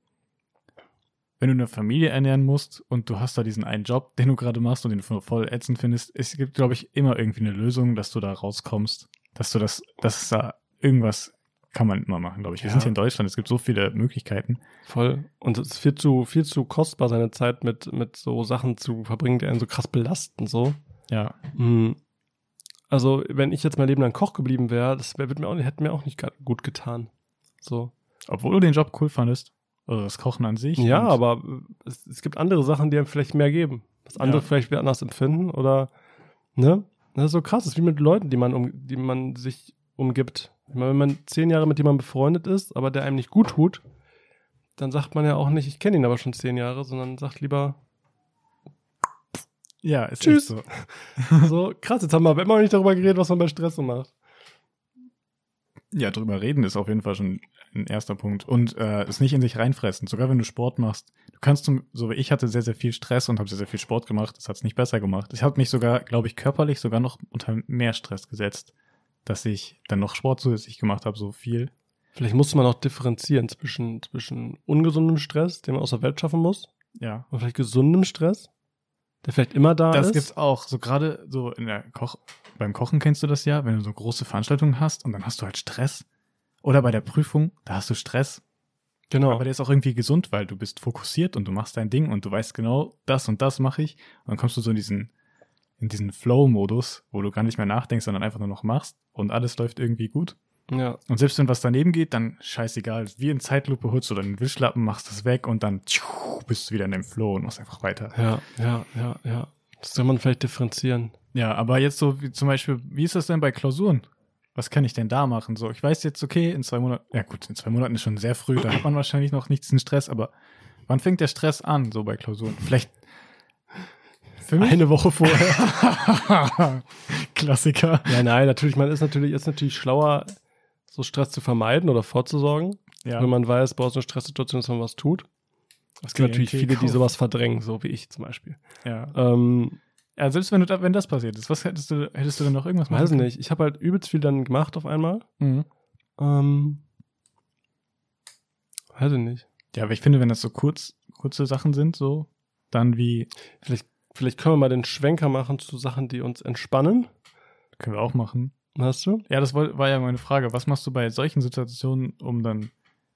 Speaker 2: wenn du eine Familie ernähren musst und du hast da diesen einen Job, den du gerade machst und den du voll ätzend findest, es gibt, glaube ich, immer irgendwie eine Lösung, dass du da rauskommst, dass du das, dass es da irgendwas kann man immer machen, glaube ich. Wir
Speaker 1: Ja.
Speaker 2: sind hier in Deutschland, es gibt so viele Möglichkeiten.
Speaker 1: Voll. Und es ist viel zu, viel zu kostbar, seine Zeit mit, mit so Sachen zu verbringen, die einen so krass belasten. So.
Speaker 2: Ja,
Speaker 1: Mhm. Also, wenn ich jetzt mein Leben lang Koch geblieben wäre, das wär, würd mir auch, hätte mir auch nicht ga- gut getan. So.
Speaker 2: obwohl du den Job cool fandest, also das Kochen an sich.
Speaker 1: Ja,
Speaker 2: und-
Speaker 1: aber äh, es, es gibt andere Sachen, die einem vielleicht mehr geben. Was andere
Speaker 2: Ja.
Speaker 1: vielleicht wieder anders empfinden oder, ne? Das ist so krass. Das ist wie mit Leuten, die man, um, die man sich umgibt. Ich meine, wenn man zehn Jahre mit jemandem befreundet ist, aber der einem nicht gut tut, dann sagt man ja auch nicht, ich kenne ihn aber schon zehn Jahre, sondern sagt lieber
Speaker 2: ja, ist
Speaker 1: Tschüss.
Speaker 2: Tschüss. Echt so.
Speaker 1: so, krass, jetzt haben wir aber immer noch nicht darüber geredet, was man bei Stress so macht.
Speaker 2: Ja, drüber reden ist auf jeden Fall schon ein erster Punkt. Und äh, es nicht in sich reinfressen, sogar wenn du Sport machst. Du kannst, zum, so wie ich hatte, sehr, sehr viel Stress und habe sehr, sehr viel Sport gemacht. Das hat es nicht besser gemacht. Ich habe mich sogar, glaube ich, körperlich sogar noch unter mehr Stress gesetzt, dass ich dann noch Sport zusätzlich gemacht habe, so viel.
Speaker 1: Vielleicht muss man auch differenzieren zwischen, zwischen ungesundem Stress, den man aus der Welt schaffen muss,
Speaker 2: Ja.
Speaker 1: und vielleicht gesundem Stress, der vielleicht immer da
Speaker 2: Das
Speaker 1: ist.
Speaker 2: gibt's auch. So gerade so in der Koch, beim Kochen kennst du das ja, wenn du so große Veranstaltungen hast und dann hast du halt Stress. Oder bei der Prüfung, da hast du Stress.
Speaker 1: genau.
Speaker 2: Aber der ist auch irgendwie gesund, weil du bist fokussiert und du machst dein Ding und du weißt genau, das und das mache ich. Und dann kommst du so in diesen, in diesen Flow-Modus, wo du gar nicht mehr nachdenkst, sondern einfach nur noch machst und alles läuft irgendwie gut.
Speaker 1: ja.
Speaker 2: Und selbst wenn was daneben geht, dann scheißegal. Wie in Zeitlupe holst du deinen Wischlappen, machst das weg und dann tschuh, bist du wieder in dem Flow und machst einfach weiter.
Speaker 1: Ja, ja, ja, ja. Das soll man vielleicht differenzieren.
Speaker 2: Ja, aber jetzt so wie zum Beispiel, wie ist das denn bei Klausuren? Was kann ich denn da machen? So, ich weiß jetzt, okay, in zwei Monaten, ja gut, in zwei Monaten ist schon sehr früh, da hat man wahrscheinlich noch nichts in Stress, aber wann fängt der Stress an, so bei Klausuren? Vielleicht für mich?
Speaker 1: Eine Woche vorher.
Speaker 2: Klassiker.
Speaker 1: ja, nein, natürlich, man ist natürlich, ist natürlich schlauer, so Stress zu vermeiden oder vorzusorgen,
Speaker 2: Ja,
Speaker 1: wenn man weiß, bei so einer Stresssituation, dass man was tut. Es gibt
Speaker 2: TNT
Speaker 1: natürlich viele, die
Speaker 2: kaufen.
Speaker 1: sowas verdrängen, so wie ich zum Beispiel.
Speaker 2: ja.
Speaker 1: Ähm,
Speaker 2: ja selbst wenn, du, da- wenn das passiert ist, was hättest du, hättest du denn noch irgendwas
Speaker 1: weiß
Speaker 2: machen
Speaker 1: nicht, ich habe halt übelst viel dann gemacht auf einmal.
Speaker 2: können? Mhm.
Speaker 1: Ähm, weiß ich nicht.
Speaker 2: Ja, aber ich finde, wenn das so kurz, kurze Sachen sind, so, dann wie,
Speaker 1: Vielleicht, vielleicht können wir mal den Schwenker machen zu Sachen, die uns entspannen.
Speaker 2: können wir auch machen.
Speaker 1: Hast du?
Speaker 2: Ja, das woll- war ja meine Frage. Was machst du bei solchen Situationen, um dann.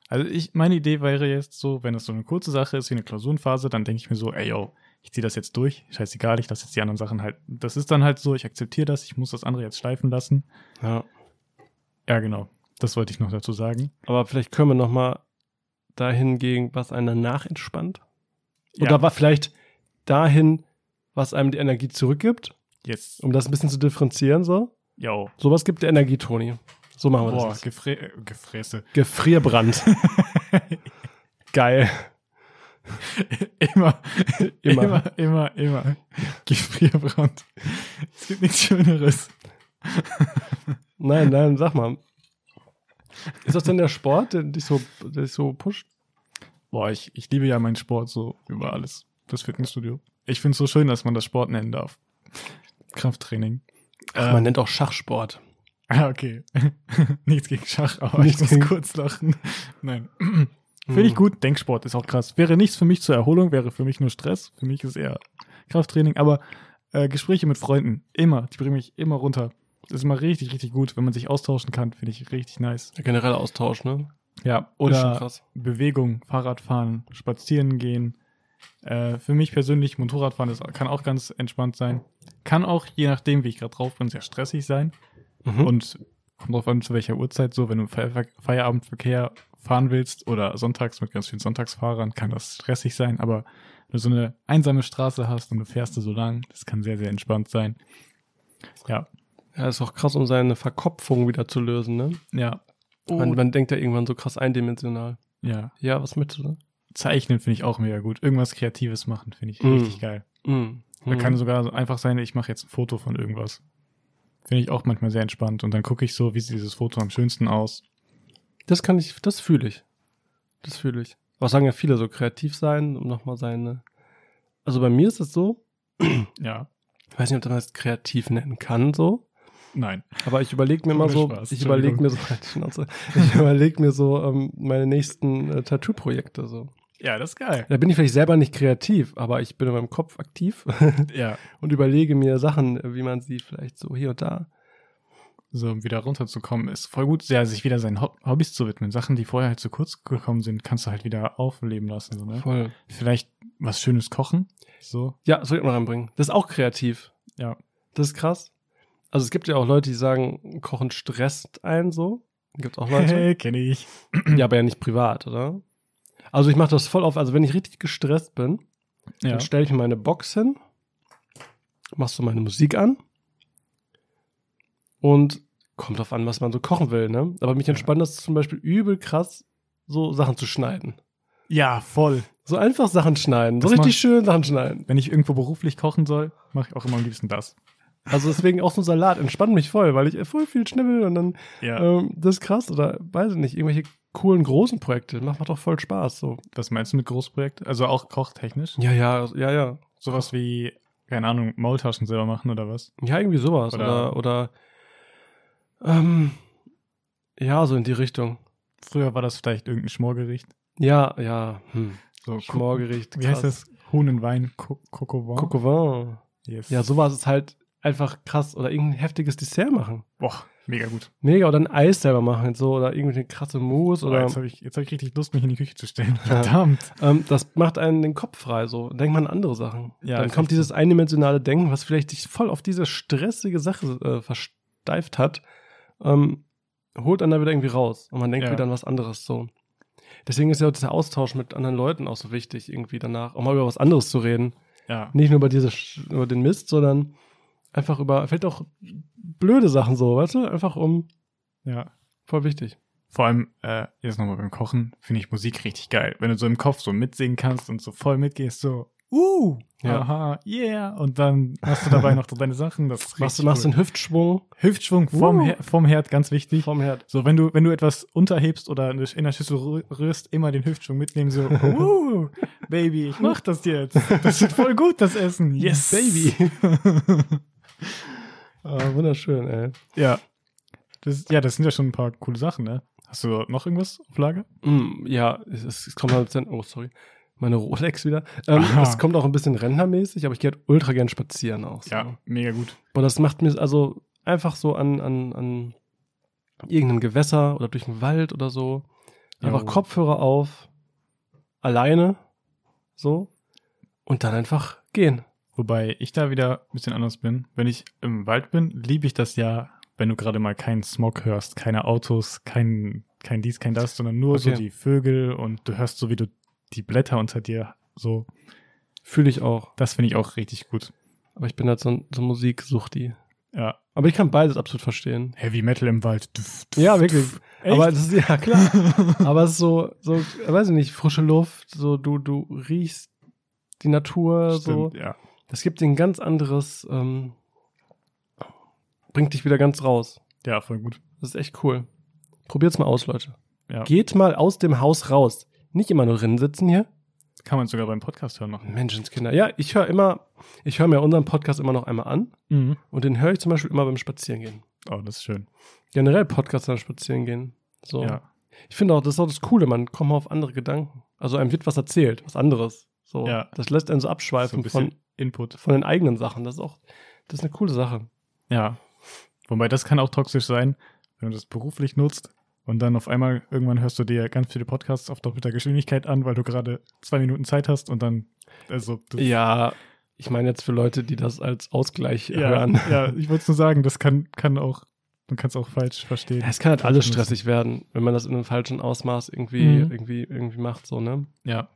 Speaker 2: Also ich, meine Idee wäre jetzt so, wenn das so eine kurze Sache ist wie eine Klausurenphase, dann denke ich mir so, ey yo, ich ziehe das jetzt durch, scheißegal, ich lasse jetzt die anderen Sachen halt. Das ist dann halt so, ich akzeptiere das, ich muss das andere jetzt schleifen lassen.
Speaker 1: Ja.
Speaker 2: Ja, genau. Das wollte ich noch dazu sagen.
Speaker 1: Aber vielleicht können wir noch mal dahin gehen, was einen danach entspannt. Oder
Speaker 2: Ja.
Speaker 1: wa- vielleicht dahin, was einem die Energie zurückgibt,
Speaker 2: Jetzt.
Speaker 1: um das ein bisschen zu differenzieren. So.
Speaker 2: Yo.
Speaker 1: Sowas gibt dir Energie, Toni. So machen wir
Speaker 2: Boah,
Speaker 1: das. jetzt.
Speaker 2: Gefrä äh, Gefräße.
Speaker 1: Gefrierbrand. Geil.
Speaker 2: immer,
Speaker 1: Immer.
Speaker 2: immer, immer, immer, immer. Gefrierbrand. Es gibt nichts Schöneres.
Speaker 1: Nein, nein, sag mal. Ist das denn der Sport, der dich so, der dich so pusht?
Speaker 2: Boah, ich, ich liebe ja meinen Sport so über alles. Das Fitnessstudio. Ich finde es so schön, dass man das Sport nennen darf. Krafttraining.
Speaker 1: Ach, man nennt auch Schachsport.
Speaker 2: Ah, okay. Nichts gegen Schach, aber
Speaker 1: Nichts
Speaker 2: ich
Speaker 1: gegen- Uh.
Speaker 2: muss kurz lachen. Nein.
Speaker 1: Hm.
Speaker 2: Finde ich gut. Denksport ist auch krass. Wäre nichts für mich zur Erholung, wäre für mich nur Stress. Für mich ist eher Krafttraining. Aber äh, Gespräche mit Freunden, immer. Die bringen mich immer runter. Das ist immer richtig, richtig gut, wenn man sich austauschen kann. Finde ich richtig nice.
Speaker 1: Der generelle Austausch, ne?
Speaker 2: Ja,
Speaker 1: Ist schon
Speaker 2: oder
Speaker 1: krass.
Speaker 2: Bewegung, Fahrradfahren, Spazieren gehen. Äh, für mich persönlich, Motorradfahren das kann auch ganz entspannt sein. Kann auch, je nachdem, wie ich gerade drauf bin, sehr stressig sein.
Speaker 1: Mhm.
Speaker 2: Und kommt drauf an, zu welcher Uhrzeit so, wenn du im Fe- Feierabendverkehr fahren willst oder sonntags mit ganz vielen Sonntagsfahrern, kann das stressig sein, aber wenn du so eine einsame Straße hast und du fährst da so lang, das kann sehr, sehr entspannt sein. Ja,
Speaker 1: ja, ist auch krass, um seine Verkopfung wieder zu lösen, ne?
Speaker 2: ja,
Speaker 1: Man,
Speaker 2: Oh.
Speaker 1: man denkt ja irgendwann so krass eindimensional.
Speaker 2: ja.
Speaker 1: Ja, was möchtest du?
Speaker 2: Zeichnen finde ich auch mega gut. Irgendwas Kreatives machen finde ich
Speaker 1: Mhm.
Speaker 2: richtig geil.
Speaker 1: Mhm.
Speaker 2: Da kann sogar so einfach sein, ich mache jetzt ein Foto von irgendwas. Finde ich auch manchmal sehr entspannt und dann gucke ich so, wie sieht dieses Foto am schönsten aus.
Speaker 1: Das kann ich, das fühle ich. Das fühle ich. Aber sagen ja viele so kreativ sein, um nochmal seine. Also bei mir ist es so,
Speaker 2: Ja,
Speaker 1: ich weiß nicht, ob man das kreativ nennen kann, so.
Speaker 2: nein.
Speaker 1: Aber ich überlege mir immer
Speaker 2: Ohne
Speaker 1: so,
Speaker 2: Spaß,
Speaker 1: ich überlege
Speaker 2: Entschuldigung.
Speaker 1: mir so, Halt die Schnauze. ich überlege mir so ähm, meine nächsten äh, Tattoo-Projekte so.
Speaker 2: Ja, das ist geil.
Speaker 1: Da bin ich vielleicht selber nicht kreativ, aber ich bin in meinem Kopf aktiv
Speaker 2: Ja,
Speaker 1: und überlege mir Sachen, wie man sie vielleicht so hier und da.
Speaker 2: so um wieder runterzukommen, ist voll gut, ja, sich wieder seinen Hob- Hobbys zu widmen. Sachen, die vorher halt zu kurz gekommen sind, kannst du halt wieder aufleben lassen. So, ne?
Speaker 1: Voll.
Speaker 2: Vielleicht was Schönes kochen. So.
Speaker 1: Ja, das will ich auch noch reinbringen. Das ist auch kreativ.
Speaker 2: Ja.
Speaker 1: Das ist krass. Also es gibt ja auch Leute, die sagen, Kochen stresst einen so. Gibt auch Leute.
Speaker 2: kenne ich.
Speaker 1: ja, aber ja nicht privat, oder? Also ich mache das voll auf. Also wenn ich richtig gestresst bin,
Speaker 2: Ja.
Speaker 1: dann stelle ich mir meine Box hin, machst du meine Musik an und kommt drauf an, was man so kochen will, ne? Aber mich
Speaker 2: Ja.
Speaker 1: entspannt das zum Beispiel übel krass, so Sachen zu schneiden.
Speaker 2: ja, voll.
Speaker 1: So einfach Sachen schneiden, so
Speaker 2: Das
Speaker 1: richtig
Speaker 2: macht-
Speaker 1: schön Sachen schneiden.
Speaker 2: Wenn ich irgendwo beruflich kochen soll, mache ich auch immer am liebsten das.
Speaker 1: Also deswegen auch so ein Salat entspannt mich voll, weil ich voll viel schnibbel und dann
Speaker 2: Ja.
Speaker 1: ähm, das ist krass oder weiß ich nicht, irgendwelche coolen großen Projekte, macht, macht doch voll Spaß so.
Speaker 2: Was meinst du mit Großprojekt? Also auch kochtechnisch?
Speaker 1: Ja, ja, ja, ja.
Speaker 2: Sowas wie, keine Ahnung, Maultaschen selber machen oder was?
Speaker 1: Ja, irgendwie sowas. Oder,
Speaker 2: Oder-
Speaker 1: oder, ähm, ja, so in die Richtung.
Speaker 2: Früher war das vielleicht irgendein Schmorgericht.
Speaker 1: Ja, ja. Hm.
Speaker 2: So,
Speaker 1: Schmorgericht.
Speaker 2: Wie heißt das? Huhn und Wein, Co Cocovin?
Speaker 1: Kokowin.
Speaker 2: Yes.
Speaker 1: Ja, sowas ist halt einfach krass. Oder irgendein heftiges Dessert machen.
Speaker 2: Boah, mega gut.
Speaker 1: Mega. Oder ein Eis selber machen. So, oder irgendeine krasse Mousse.
Speaker 2: Boah,
Speaker 1: Oder,
Speaker 2: jetzt habe ich, jetzt hab ich richtig Lust, mich in die Küche zu stellen. Verdammt.
Speaker 1: ähm, das macht einen den Kopf frei. So, denkt man an andere Sachen.
Speaker 2: Ja,
Speaker 1: Dann
Speaker 2: ist
Speaker 1: kommt
Speaker 2: richtig.
Speaker 1: dieses eindimensionale Denken, was vielleicht dich voll auf diese stressige Sache äh, versteift hat, ähm, holt einen da wieder irgendwie raus. Und man denkt
Speaker 2: Ja.
Speaker 1: wieder an was anderes. So. Deswegen ist ja auch dieser Austausch mit anderen Leuten auch so wichtig, irgendwie danach, auch mal über was anderes zu reden.
Speaker 2: Ja.
Speaker 1: nicht nur über, diese, Sch- über den Mist, sondern einfach über, vielleicht auch blöde Sachen so, weißt du? Einfach um,
Speaker 2: ja.
Speaker 1: voll wichtig.
Speaker 2: Vor allem, äh, jetzt nochmal beim Kochen, finde ich Musik richtig geil. Wenn du so im Kopf so mitsingen kannst und so voll mitgehst, so, uh,
Speaker 1: Ja.
Speaker 2: aha, yeah. Und dann machst du dabei noch so deine Sachen. Das ist
Speaker 1: Machst, du
Speaker 2: richtig
Speaker 1: machst
Speaker 2: cool.
Speaker 1: den Hüftschwung
Speaker 2: Hüftschwung vom,
Speaker 1: Uh.
Speaker 2: Her vom Herd, ganz wichtig.
Speaker 1: vom Herd.
Speaker 2: So, wenn du, wenn du etwas unterhebst oder in der Schüssel rü- rührst, immer den Hüftschwung mitnehmen, so, uh, Baby, ich mach das jetzt. Das wird voll gut, das Essen. Yes, Baby.
Speaker 1: Ah, wunderschön, ey.
Speaker 2: Ja. Das, ja, das sind ja schon ein paar coole Sachen, ne? Hast du noch irgendwas auf Lager?
Speaker 1: Mm, ja, es, es, es kommt halt ein bisschen, oh, sorry. Meine Rolex wieder. Ähm,
Speaker 2: Aha.
Speaker 1: es kommt auch ein bisschen rentnermäßig, aber ich gehe halt ultra gern spazieren auch. So.
Speaker 2: mega gut.
Speaker 1: Boah, das macht mir also einfach so an, an, an irgendeinem Gewässer oder durch den Wald oder so. Einfach
Speaker 2: Jo.
Speaker 1: Kopfhörer auf, alleine, so, und dann einfach gehen.
Speaker 2: Wobei ich da wieder ein bisschen anders bin. Wenn ich im Wald bin, liebe ich das ja, wenn du gerade mal keinen Smog hörst, keine Autos, kein, kein dies, kein das, sondern nur so
Speaker 1: Okay.
Speaker 2: die Vögel und du hörst so, wie du die Blätter unter dir so.
Speaker 1: Fühle ich auch.
Speaker 2: Das finde ich auch richtig gut.
Speaker 1: Aber ich bin halt so ein so ein Musiksuchti.
Speaker 2: Ja,
Speaker 1: Aber ich kann beides absolut verstehen.
Speaker 2: Heavy Metal im Wald. Duff, duff,
Speaker 1: Ja, wirklich.
Speaker 2: duff.
Speaker 1: Aber das ist ja klar. Aber es ist so, so, weiß ich nicht, frische Luft, so du, du riechst die Natur, so.
Speaker 2: Stimmt, ja.
Speaker 1: Das gibt dir ein ganz anderes, ähm, bringt dich wieder ganz raus.
Speaker 2: ja, voll gut.
Speaker 1: Das ist echt cool. Probiert's mal aus, Leute.
Speaker 2: Ja.
Speaker 1: Geht mal aus dem Haus raus. Nicht immer nur drin sitzen hier.
Speaker 2: Kann man sogar beim Podcast hören noch.
Speaker 1: Menschenskinder. Ja, ich höre immer, ich höre mir unseren Podcast immer noch einmal an
Speaker 2: Mhm.
Speaker 1: und den höre ich zum Beispiel immer beim Spazierengehen.
Speaker 2: Oh, das ist schön.
Speaker 1: Generell Podcasts beim Spazierengehen. So.
Speaker 2: Ja.
Speaker 1: Ich finde auch, das ist auch das Coole, man kommt mal auf andere Gedanken. Also einem wird was erzählt, was anderes. So.
Speaker 2: Ja.
Speaker 1: Das lässt einen so
Speaker 2: So ein
Speaker 1: abschweifen
Speaker 2: bisschen
Speaker 1: von,
Speaker 2: Input.
Speaker 1: von den eigenen Sachen. Das ist auch, das ist eine coole Sache.
Speaker 2: Ja. Wobei das kann auch toxisch sein, wenn du das beruflich nutzt Und dann auf einmal, irgendwann hörst du dir ganz viele Podcasts auf doppelter Geschwindigkeit an, weil du gerade zwei Minuten Zeit hast und dann, also, das,
Speaker 1: Ja, ich meine jetzt für Leute, die das als Ausgleich
Speaker 2: ja,
Speaker 1: hören.
Speaker 2: ja, ich wollte es nur sagen, das kann, kann auch, man kann es auch falsch verstehen.
Speaker 1: Ja, es kann halt alles stressig werden, wenn man das in einem falschen Ausmaß irgendwie,
Speaker 2: Mhm.
Speaker 1: irgendwie, irgendwie macht, so, ne?
Speaker 2: Ja.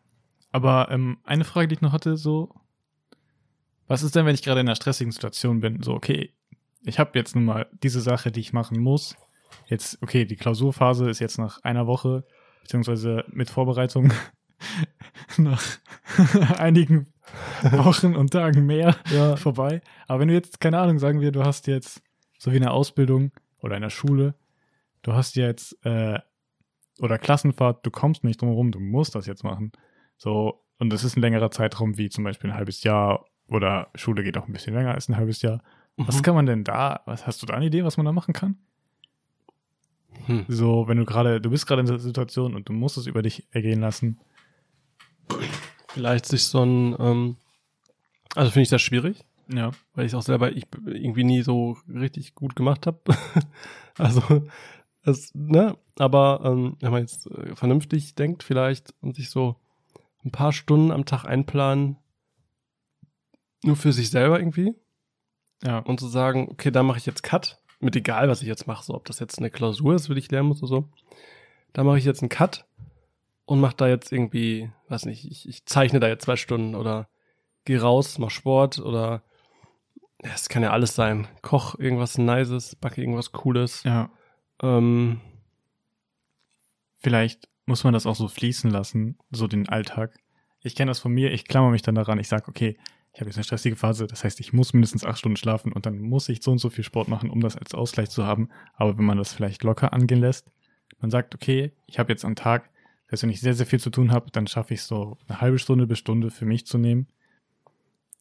Speaker 2: Aber ähm, eine Frage, die ich noch hatte, so, was ist denn, wenn ich gerade in einer stressigen Situation bin? So, okay, ich habe jetzt nun mal diese Sache, die ich machen muss. Jetzt, okay, die Klausurphase ist jetzt nach einer Woche, beziehungsweise mit Vorbereitung nach einigen Wochen und Tagen mehr
Speaker 1: Ja.
Speaker 2: vorbei. Aber wenn du jetzt, keine Ahnung, sagen wir, du hast jetzt, so wie in der Ausbildung oder in der Schule, du hast jetzt, äh, oder Klassenfahrt, du kommst nicht drum herum, du musst das jetzt machen. So, und das ist ein längerer Zeitraum, wie zum Beispiel ein halbes Jahr oder Schule geht auch ein bisschen länger als ein halbes Jahr. Was kann man denn da, was hast du da eine Idee, was man da machen kann?
Speaker 1: Hm.
Speaker 2: So, wenn du gerade, du bist gerade in der Situation und du musst es über dich ergehen lassen.
Speaker 1: Vielleicht sich so ein, ähm, also finde ich das schwierig,
Speaker 2: Ja.
Speaker 1: weil ich es auch selber ich, irgendwie nie so richtig gut gemacht habe. also, es, ne? Aber ähm, wenn man jetzt äh, vernünftig denkt, vielleicht und sich so ein paar Stunden am Tag einplanen, nur für sich selber irgendwie,
Speaker 2: Ja.
Speaker 1: und zu sagen, okay, da mache ich jetzt Cut, mit egal, was ich jetzt mache, so ob das jetzt eine Klausur ist, will ich lernen muss oder so, da mache ich jetzt einen Cut und mache da jetzt irgendwie, weiß nicht, ich, ich zeichne da jetzt zwei Stunden oder gehe raus, mach Sport oder ja, es kann ja alles sein. Koch irgendwas Nices, backe irgendwas Cooles.
Speaker 2: Ja.
Speaker 1: Ähm,
Speaker 2: vielleicht muss man das auch so fließen lassen, so den Alltag. Ich kenne das von mir, ich klammer mich dann daran, ich sage, okay, ich habe jetzt eine stressige Phase, das heißt, ich muss mindestens acht Stunden schlafen und dann muss ich so und so viel Sport machen, um das als Ausgleich zu haben. Aber wenn man das vielleicht locker angehen lässt, man sagt, okay, ich habe jetzt am Tag, selbst wenn ich sehr, sehr viel zu tun habe, dann schaffe ich so eine halbe Stunde bis Stunde für mich zu nehmen,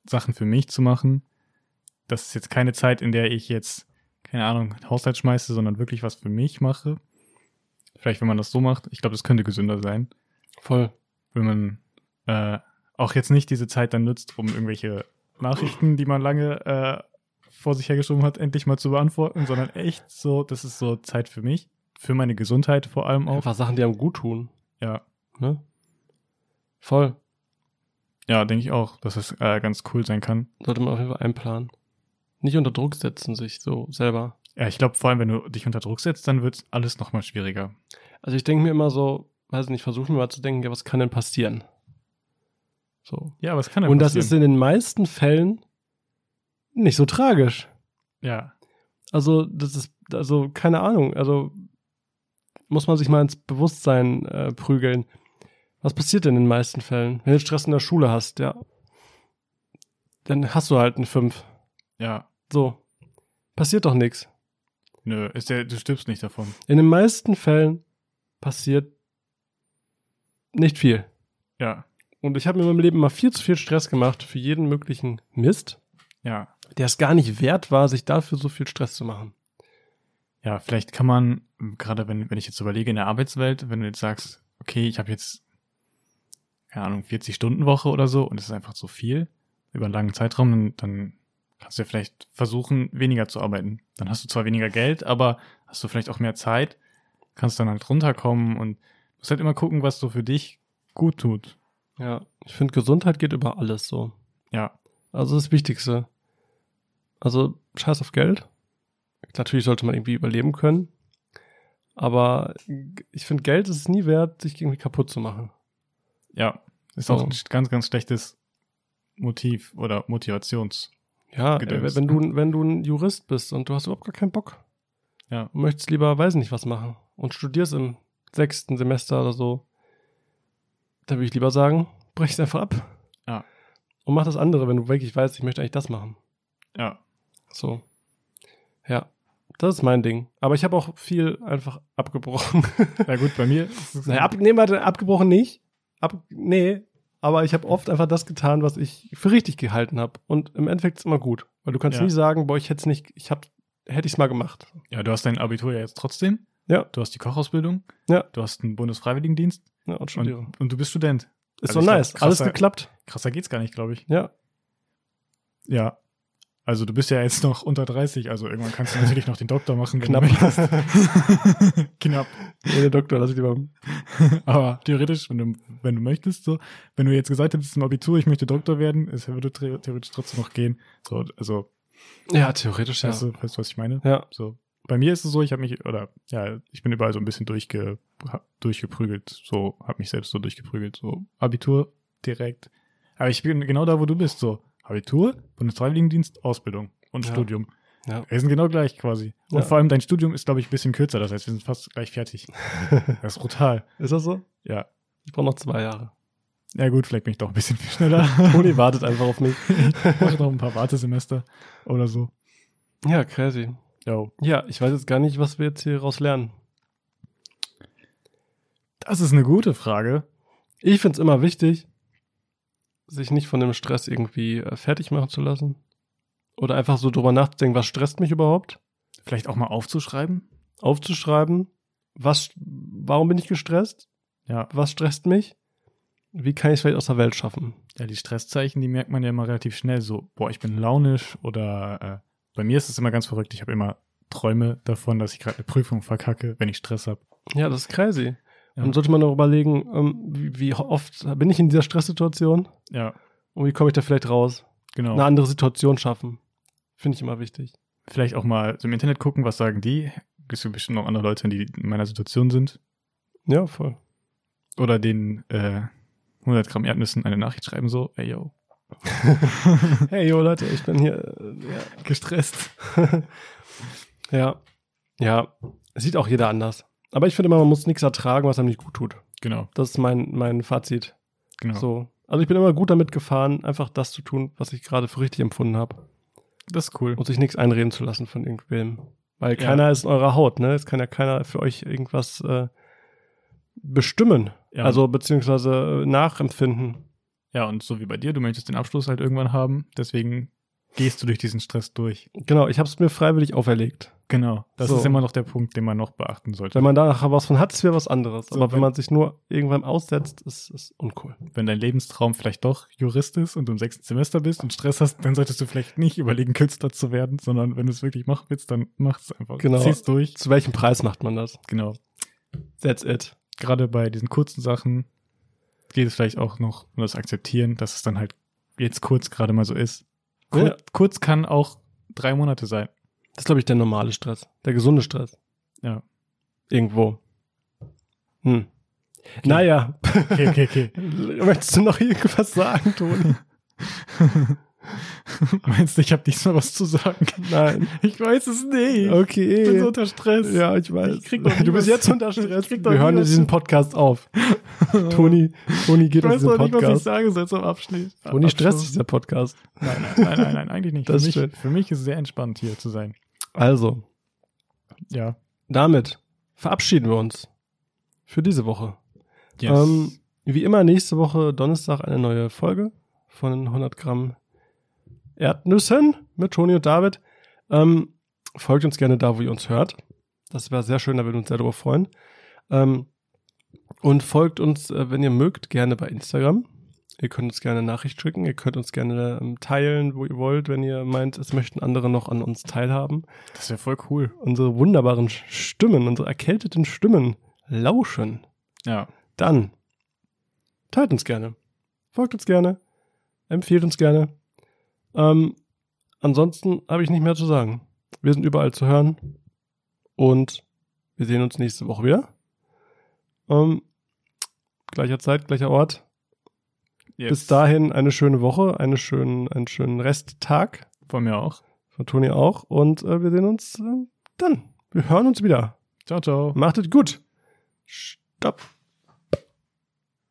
Speaker 2: Sachen für mich zu machen. Das ist jetzt keine Zeit, in der ich jetzt, keine Ahnung, Haushalt schmeiße, sondern wirklich was für mich mache. Vielleicht, wenn man das so macht, ich glaube, das könnte gesünder sein,
Speaker 1: voll.
Speaker 2: wenn man äh, auch jetzt nicht diese Zeit dann nutzt, um irgendwelche Nachrichten, die man lange äh, vor sich hergeschoben hat, endlich mal zu beantworten, sondern echt so, das ist so Zeit für mich, für meine Gesundheit vor allem auch.
Speaker 1: Einfach Sachen, die einem gut tun.
Speaker 2: Ja,
Speaker 1: Ne? Voll.
Speaker 2: ja, denke ich auch, dass das äh, ganz cool sein kann.
Speaker 1: Sollte man auf jeden Fall einplanen. Nicht unter Druck setzen, sich so selber.
Speaker 2: Ja, ich glaube, vor allem, wenn du dich unter Druck setzt, dann wird alles nochmal schwieriger.
Speaker 1: Also ich denke mir immer so, weiß nicht, versuche mir mal zu denken, ja, was kann denn passieren? So.
Speaker 2: Ja, aber es kann ja
Speaker 1: Und das ist
Speaker 2: passieren.
Speaker 1: in den meisten Fällen nicht so tragisch.
Speaker 2: Ja,
Speaker 1: Also, das ist, also, keine Ahnung, also muss man sich mal ins Bewusstsein äh, prügeln. Was passiert denn in den meisten Fällen? Wenn du Stress in der Schule hast, ja, dann hast du halt einen 5.
Speaker 2: ja,
Speaker 1: So. Passiert doch nichts.
Speaker 2: nö, ist der, du stirbst nicht davon.
Speaker 1: In den meisten Fällen passiert nicht viel.
Speaker 2: Ja,
Speaker 1: Und ich habe mir in meinem Leben mal viel zu viel Stress gemacht für jeden möglichen Mist,
Speaker 2: ja.
Speaker 1: der es gar nicht wert war, sich dafür so viel Stress zu machen.
Speaker 2: Ja, vielleicht kann man, ähm, gerade wenn, wenn ich jetzt überlege in der Arbeitswelt, wenn du jetzt sagst, okay, ich habe jetzt, keine Ahnung, 40-Stunden-Woche oder so und es ist einfach zu viel über einen langen Zeitraum, dann, dann kannst du ja vielleicht versuchen, weniger zu arbeiten. Dann hast du zwar weniger Geld, aber hast du vielleicht auch mehr Zeit, kannst dann halt runterkommen und musst halt immer gucken, was so für dich gut tut.
Speaker 1: Ja, ich finde, Gesundheit geht über alles so.
Speaker 2: Ja,
Speaker 1: Also das Wichtigste. Also scheiß auf Geld. Natürlich sollte man irgendwie überleben können. Aber ich finde, Geld ist es nie wert, sich irgendwie kaputt zu machen.
Speaker 2: ja, ist
Speaker 1: So.
Speaker 2: auch ein sch- ganz, ganz schlechtes Motiv oder Motivations.
Speaker 1: Ja,
Speaker 2: Gedöns. ne?
Speaker 1: äh, wenn du, wenn du ein Jurist bist und du hast überhaupt gar keinen Bock.
Speaker 2: Ja.
Speaker 1: Und möchtest lieber, weiß nicht, was machen. Und studierst im sechsten Semester oder so. Da würde ich lieber sagen, brech es einfach ab.
Speaker 2: Ja.
Speaker 1: Und mach das andere, wenn du wirklich weißt, ich möchte eigentlich das machen.
Speaker 2: Ja,
Speaker 1: So. Ja. Das ist mein Ding. Aber ich habe auch viel einfach abgebrochen.
Speaker 2: ja gut, bei mir ist es
Speaker 1: naja, ab, nee, warte, abgebrochen nicht. Ab, nee. Aber ich habe oft einfach das getan, was ich für richtig gehalten habe. Und im Endeffekt ist immer gut. Weil du kannst
Speaker 2: Ja.
Speaker 1: nie sagen, boah, ich hätte es nicht, ich hab, hätte ich es mal gemacht.
Speaker 2: Ja, du hast dein Abitur ja jetzt trotzdem.
Speaker 1: Ja.
Speaker 2: Du hast die Kochausbildung.
Speaker 1: Ja.
Speaker 2: Du hast einen Bundesfreiwilligendienst.
Speaker 1: Ja, und studiere.
Speaker 2: Und, und du bist Student.
Speaker 1: ist
Speaker 2: also
Speaker 1: so
Speaker 2: ich glaub,
Speaker 1: nice. Alles
Speaker 2: krasser-
Speaker 1: geklappt.
Speaker 2: Krasser geht's gar nicht, glaube ich.
Speaker 1: Ja.
Speaker 2: Ja. Also du bist ja jetzt noch unter 30, also irgendwann kannst du natürlich noch den Doktor machen. wenn du
Speaker 1: Knapp.
Speaker 2: möchtest. Knapp.
Speaker 1: Ohne Doktor, lass ich lieber.
Speaker 2: Aber theoretisch, wenn du, wenn du möchtest, so, wenn du jetzt gesagt hättest im Abitur, ich möchte Doktor werden, es würde the- theoretisch trotzdem noch gehen. So, also,
Speaker 1: Ja, theoretisch,
Speaker 2: weißt, du, weißt du, was ich meine?
Speaker 1: Also, Ja.
Speaker 2: So. Bei mir ist es so, ich habe mich, oder ja, ich bin überall so ein bisschen durchge, ha- durchgeprügelt, so, habe mich selbst so durchgeprügelt, so Abitur direkt. Aber ich bin genau da, wo du bist, so Abitur, Bundesfreiwilligendienst, Ausbildung und
Speaker 1: Ja.
Speaker 2: Studium.
Speaker 1: Ja.
Speaker 2: Wir sind genau gleich quasi. Und
Speaker 1: Ja.
Speaker 2: vor allem dein Studium ist, glaube ich, ein bisschen kürzer, das heißt, wir sind fast gleich fertig. Das ist brutal.
Speaker 1: Ist das so?
Speaker 2: Ja.
Speaker 1: Ich brauche noch zwei Jahre.
Speaker 2: Ja gut, vielleicht bin ich doch ein bisschen viel schneller.
Speaker 1: Toni wartet einfach auf mich.
Speaker 2: Ich mache noch ein paar Wartesemester oder so.
Speaker 1: Ja, crazy.
Speaker 2: Yo.
Speaker 1: Ja, ich weiß jetzt gar nicht, was wir jetzt hier raus lernen.
Speaker 2: Das ist eine gute Frage.
Speaker 1: Ich finde es immer wichtig, sich nicht von dem Stress irgendwie äh, fertig machen zu lassen. Oder einfach so drüber nachzudenken, was stresst mich überhaupt?
Speaker 2: Vielleicht auch mal aufzuschreiben?
Speaker 1: Aufzuschreiben, was, warum bin ich gestresst?
Speaker 2: Ja.
Speaker 1: Was stresst mich? Wie kann ich es vielleicht aus der Welt schaffen?
Speaker 2: Ja, die Stresszeichen, die merkt man ja immer relativ schnell. So, boah, ich bin launisch oder äh, bei mir ist es immer ganz verrückt. Ich habe immer Träume davon, dass ich gerade eine Prüfung verkacke, wenn ich Stress habe.
Speaker 1: Ja, das ist crazy.
Speaker 2: Ja.
Speaker 1: Und sollte man noch überlegen, ähm, wie, wie oft bin ich in dieser Stresssituation
Speaker 2: Ja,
Speaker 1: und wie komme ich da vielleicht raus?
Speaker 2: genau.
Speaker 1: Eine andere Situation schaffen. Finde ich immer wichtig.
Speaker 2: Vielleicht auch mal so im Internet gucken, was sagen die. Es gibt bestimmt noch andere Leute, die in meiner Situation sind.
Speaker 1: Ja, voll.
Speaker 2: Oder den äh, 100 Gramm Erdnüssen eine Nachricht schreiben, so, ey yo,
Speaker 1: Hey, yo, Leute, ich bin hier. äh, Ja.
Speaker 2: gestresst.
Speaker 1: Ja. Ja. Sieht auch jeder anders. Aber ich finde immer, man muss nichts ertragen, was einem nicht gut tut.
Speaker 2: Genau,
Speaker 1: Das ist mein, mein Fazit.
Speaker 2: genau.
Speaker 1: So. Also ich bin immer gut damit gefahren, einfach das zu tun, was ich gerade für richtig empfunden habe.
Speaker 2: Das ist cool.
Speaker 1: Und sich nichts einreden zu lassen von irgendwem. Weil
Speaker 2: Ja.
Speaker 1: keiner ist in eurer Haut, ne? Es kann ja keiner für euch irgendwas äh, bestimmen.
Speaker 2: Ja.
Speaker 1: Also beziehungsweise äh, nachempfinden.
Speaker 2: Ja, und so wie bei dir, du möchtest den Abschluss halt irgendwann haben, deswegen gehst du durch diesen Stress durch.
Speaker 1: Genau, ich habe es mir freiwillig auferlegt.
Speaker 2: Genau. Das
Speaker 1: So.
Speaker 2: ist immer noch der Punkt, den man noch beachten sollte.
Speaker 1: Wenn man danach was von hat, ist wieder was anderes.
Speaker 2: So,
Speaker 1: Aber wenn
Speaker 2: wenn-
Speaker 1: man sich nur irgendwann aussetzt, ist es uncool.
Speaker 2: Wenn dein Lebenstraum vielleicht doch Jurist ist und du im sechsten Semester bist und Stress hast, dann solltest du vielleicht nicht überlegen, Künstler zu werden, sondern wenn du es wirklich machen willst, dann mach es einfach.
Speaker 1: Genau.
Speaker 2: Zieh's durch.
Speaker 1: Zu welchem Preis macht man das?
Speaker 2: Genau.
Speaker 1: That's it.
Speaker 2: Gerade bei diesen kurzen Sachen geht es vielleicht auch noch um das Akzeptieren, dass es dann halt jetzt kurz gerade mal so ist. Kur
Speaker 1: Ja.
Speaker 2: Kurz kann auch drei Monate sein.
Speaker 1: Das ist, glaube ich, der normale Stress. Der gesunde Stress.
Speaker 2: Ja.
Speaker 1: Irgendwo. Hm. Naja.
Speaker 2: Okay, okay, okay.
Speaker 1: Möchtest du noch irgendwas sagen, Toni?
Speaker 2: Meinst du, ich habe diesmal was zu sagen?
Speaker 1: Nein.
Speaker 2: Ich weiß es nicht.
Speaker 1: Okay.
Speaker 2: Ich bin so unter Stress.
Speaker 1: ja, ich weiß.
Speaker 2: Ich krieg doch nie
Speaker 1: du bist
Speaker 2: was-
Speaker 1: jetzt unter Stress.
Speaker 2: Ich krieg doch
Speaker 1: Wir
Speaker 2: nie
Speaker 1: hören
Speaker 2: was-
Speaker 1: diesen Podcast auf. Toni, Toni
Speaker 2: ich
Speaker 1: geht aus
Speaker 2: weiß
Speaker 1: diesem
Speaker 2: doch nicht, was ich
Speaker 1: Podcast.
Speaker 2: sagen soll zum Abschluss.
Speaker 1: Toni stresst sich
Speaker 2: Abschluss.
Speaker 1: der Podcast.
Speaker 2: Nein, nein, nein, nein, nein, eigentlich nicht.
Speaker 1: Das ist
Speaker 2: für,
Speaker 1: schön.
Speaker 2: mich, für mich ist es sehr entspannt, hier zu sein.
Speaker 1: Also,
Speaker 2: Ja.
Speaker 1: damit verabschieden wir uns für diese Woche.
Speaker 2: Yes.
Speaker 1: Ähm, wie immer nächste Woche Donnerstag eine neue Folge von 100 Gramm Erdnüssen mit Toni und David. Ähm, folgt uns gerne da, wo ihr uns hört. Das wäre sehr schön, da würden wir uns sehr darüber freuen. Ähm, und folgt uns, äh, wenn ihr mögt, gerne bei Instagram. Ihr könnt uns gerne eine Nachricht schicken, ihr könnt uns gerne ähm, teilen, wo ihr wollt, wenn ihr meint, es möchten andere noch an uns teilhaben.
Speaker 2: das wäre voll cool.
Speaker 1: Unsere wunderbaren Sch- Stimmen, unsere erkälteten Stimmen lauschen
Speaker 2: Ja.
Speaker 1: dann teilt uns gerne. Folgt uns gerne. Empfehlt uns gerne. Ähm, ansonsten habe ich nicht mehr zu sagen. Wir sind überall zu hören. Und wir sehen uns nächste Woche wieder. Ähm, gleicher Zeit, gleicher Ort.
Speaker 2: Yes.
Speaker 1: Bis dahin eine schöne Woche, eine schönen, einen schönen Resttag.
Speaker 2: Von mir auch.
Speaker 1: Von Toni auch. Und äh, wir sehen uns äh, dann. Wir hören uns wieder.
Speaker 2: Ciao, ciao.
Speaker 1: Macht es gut. Stopp.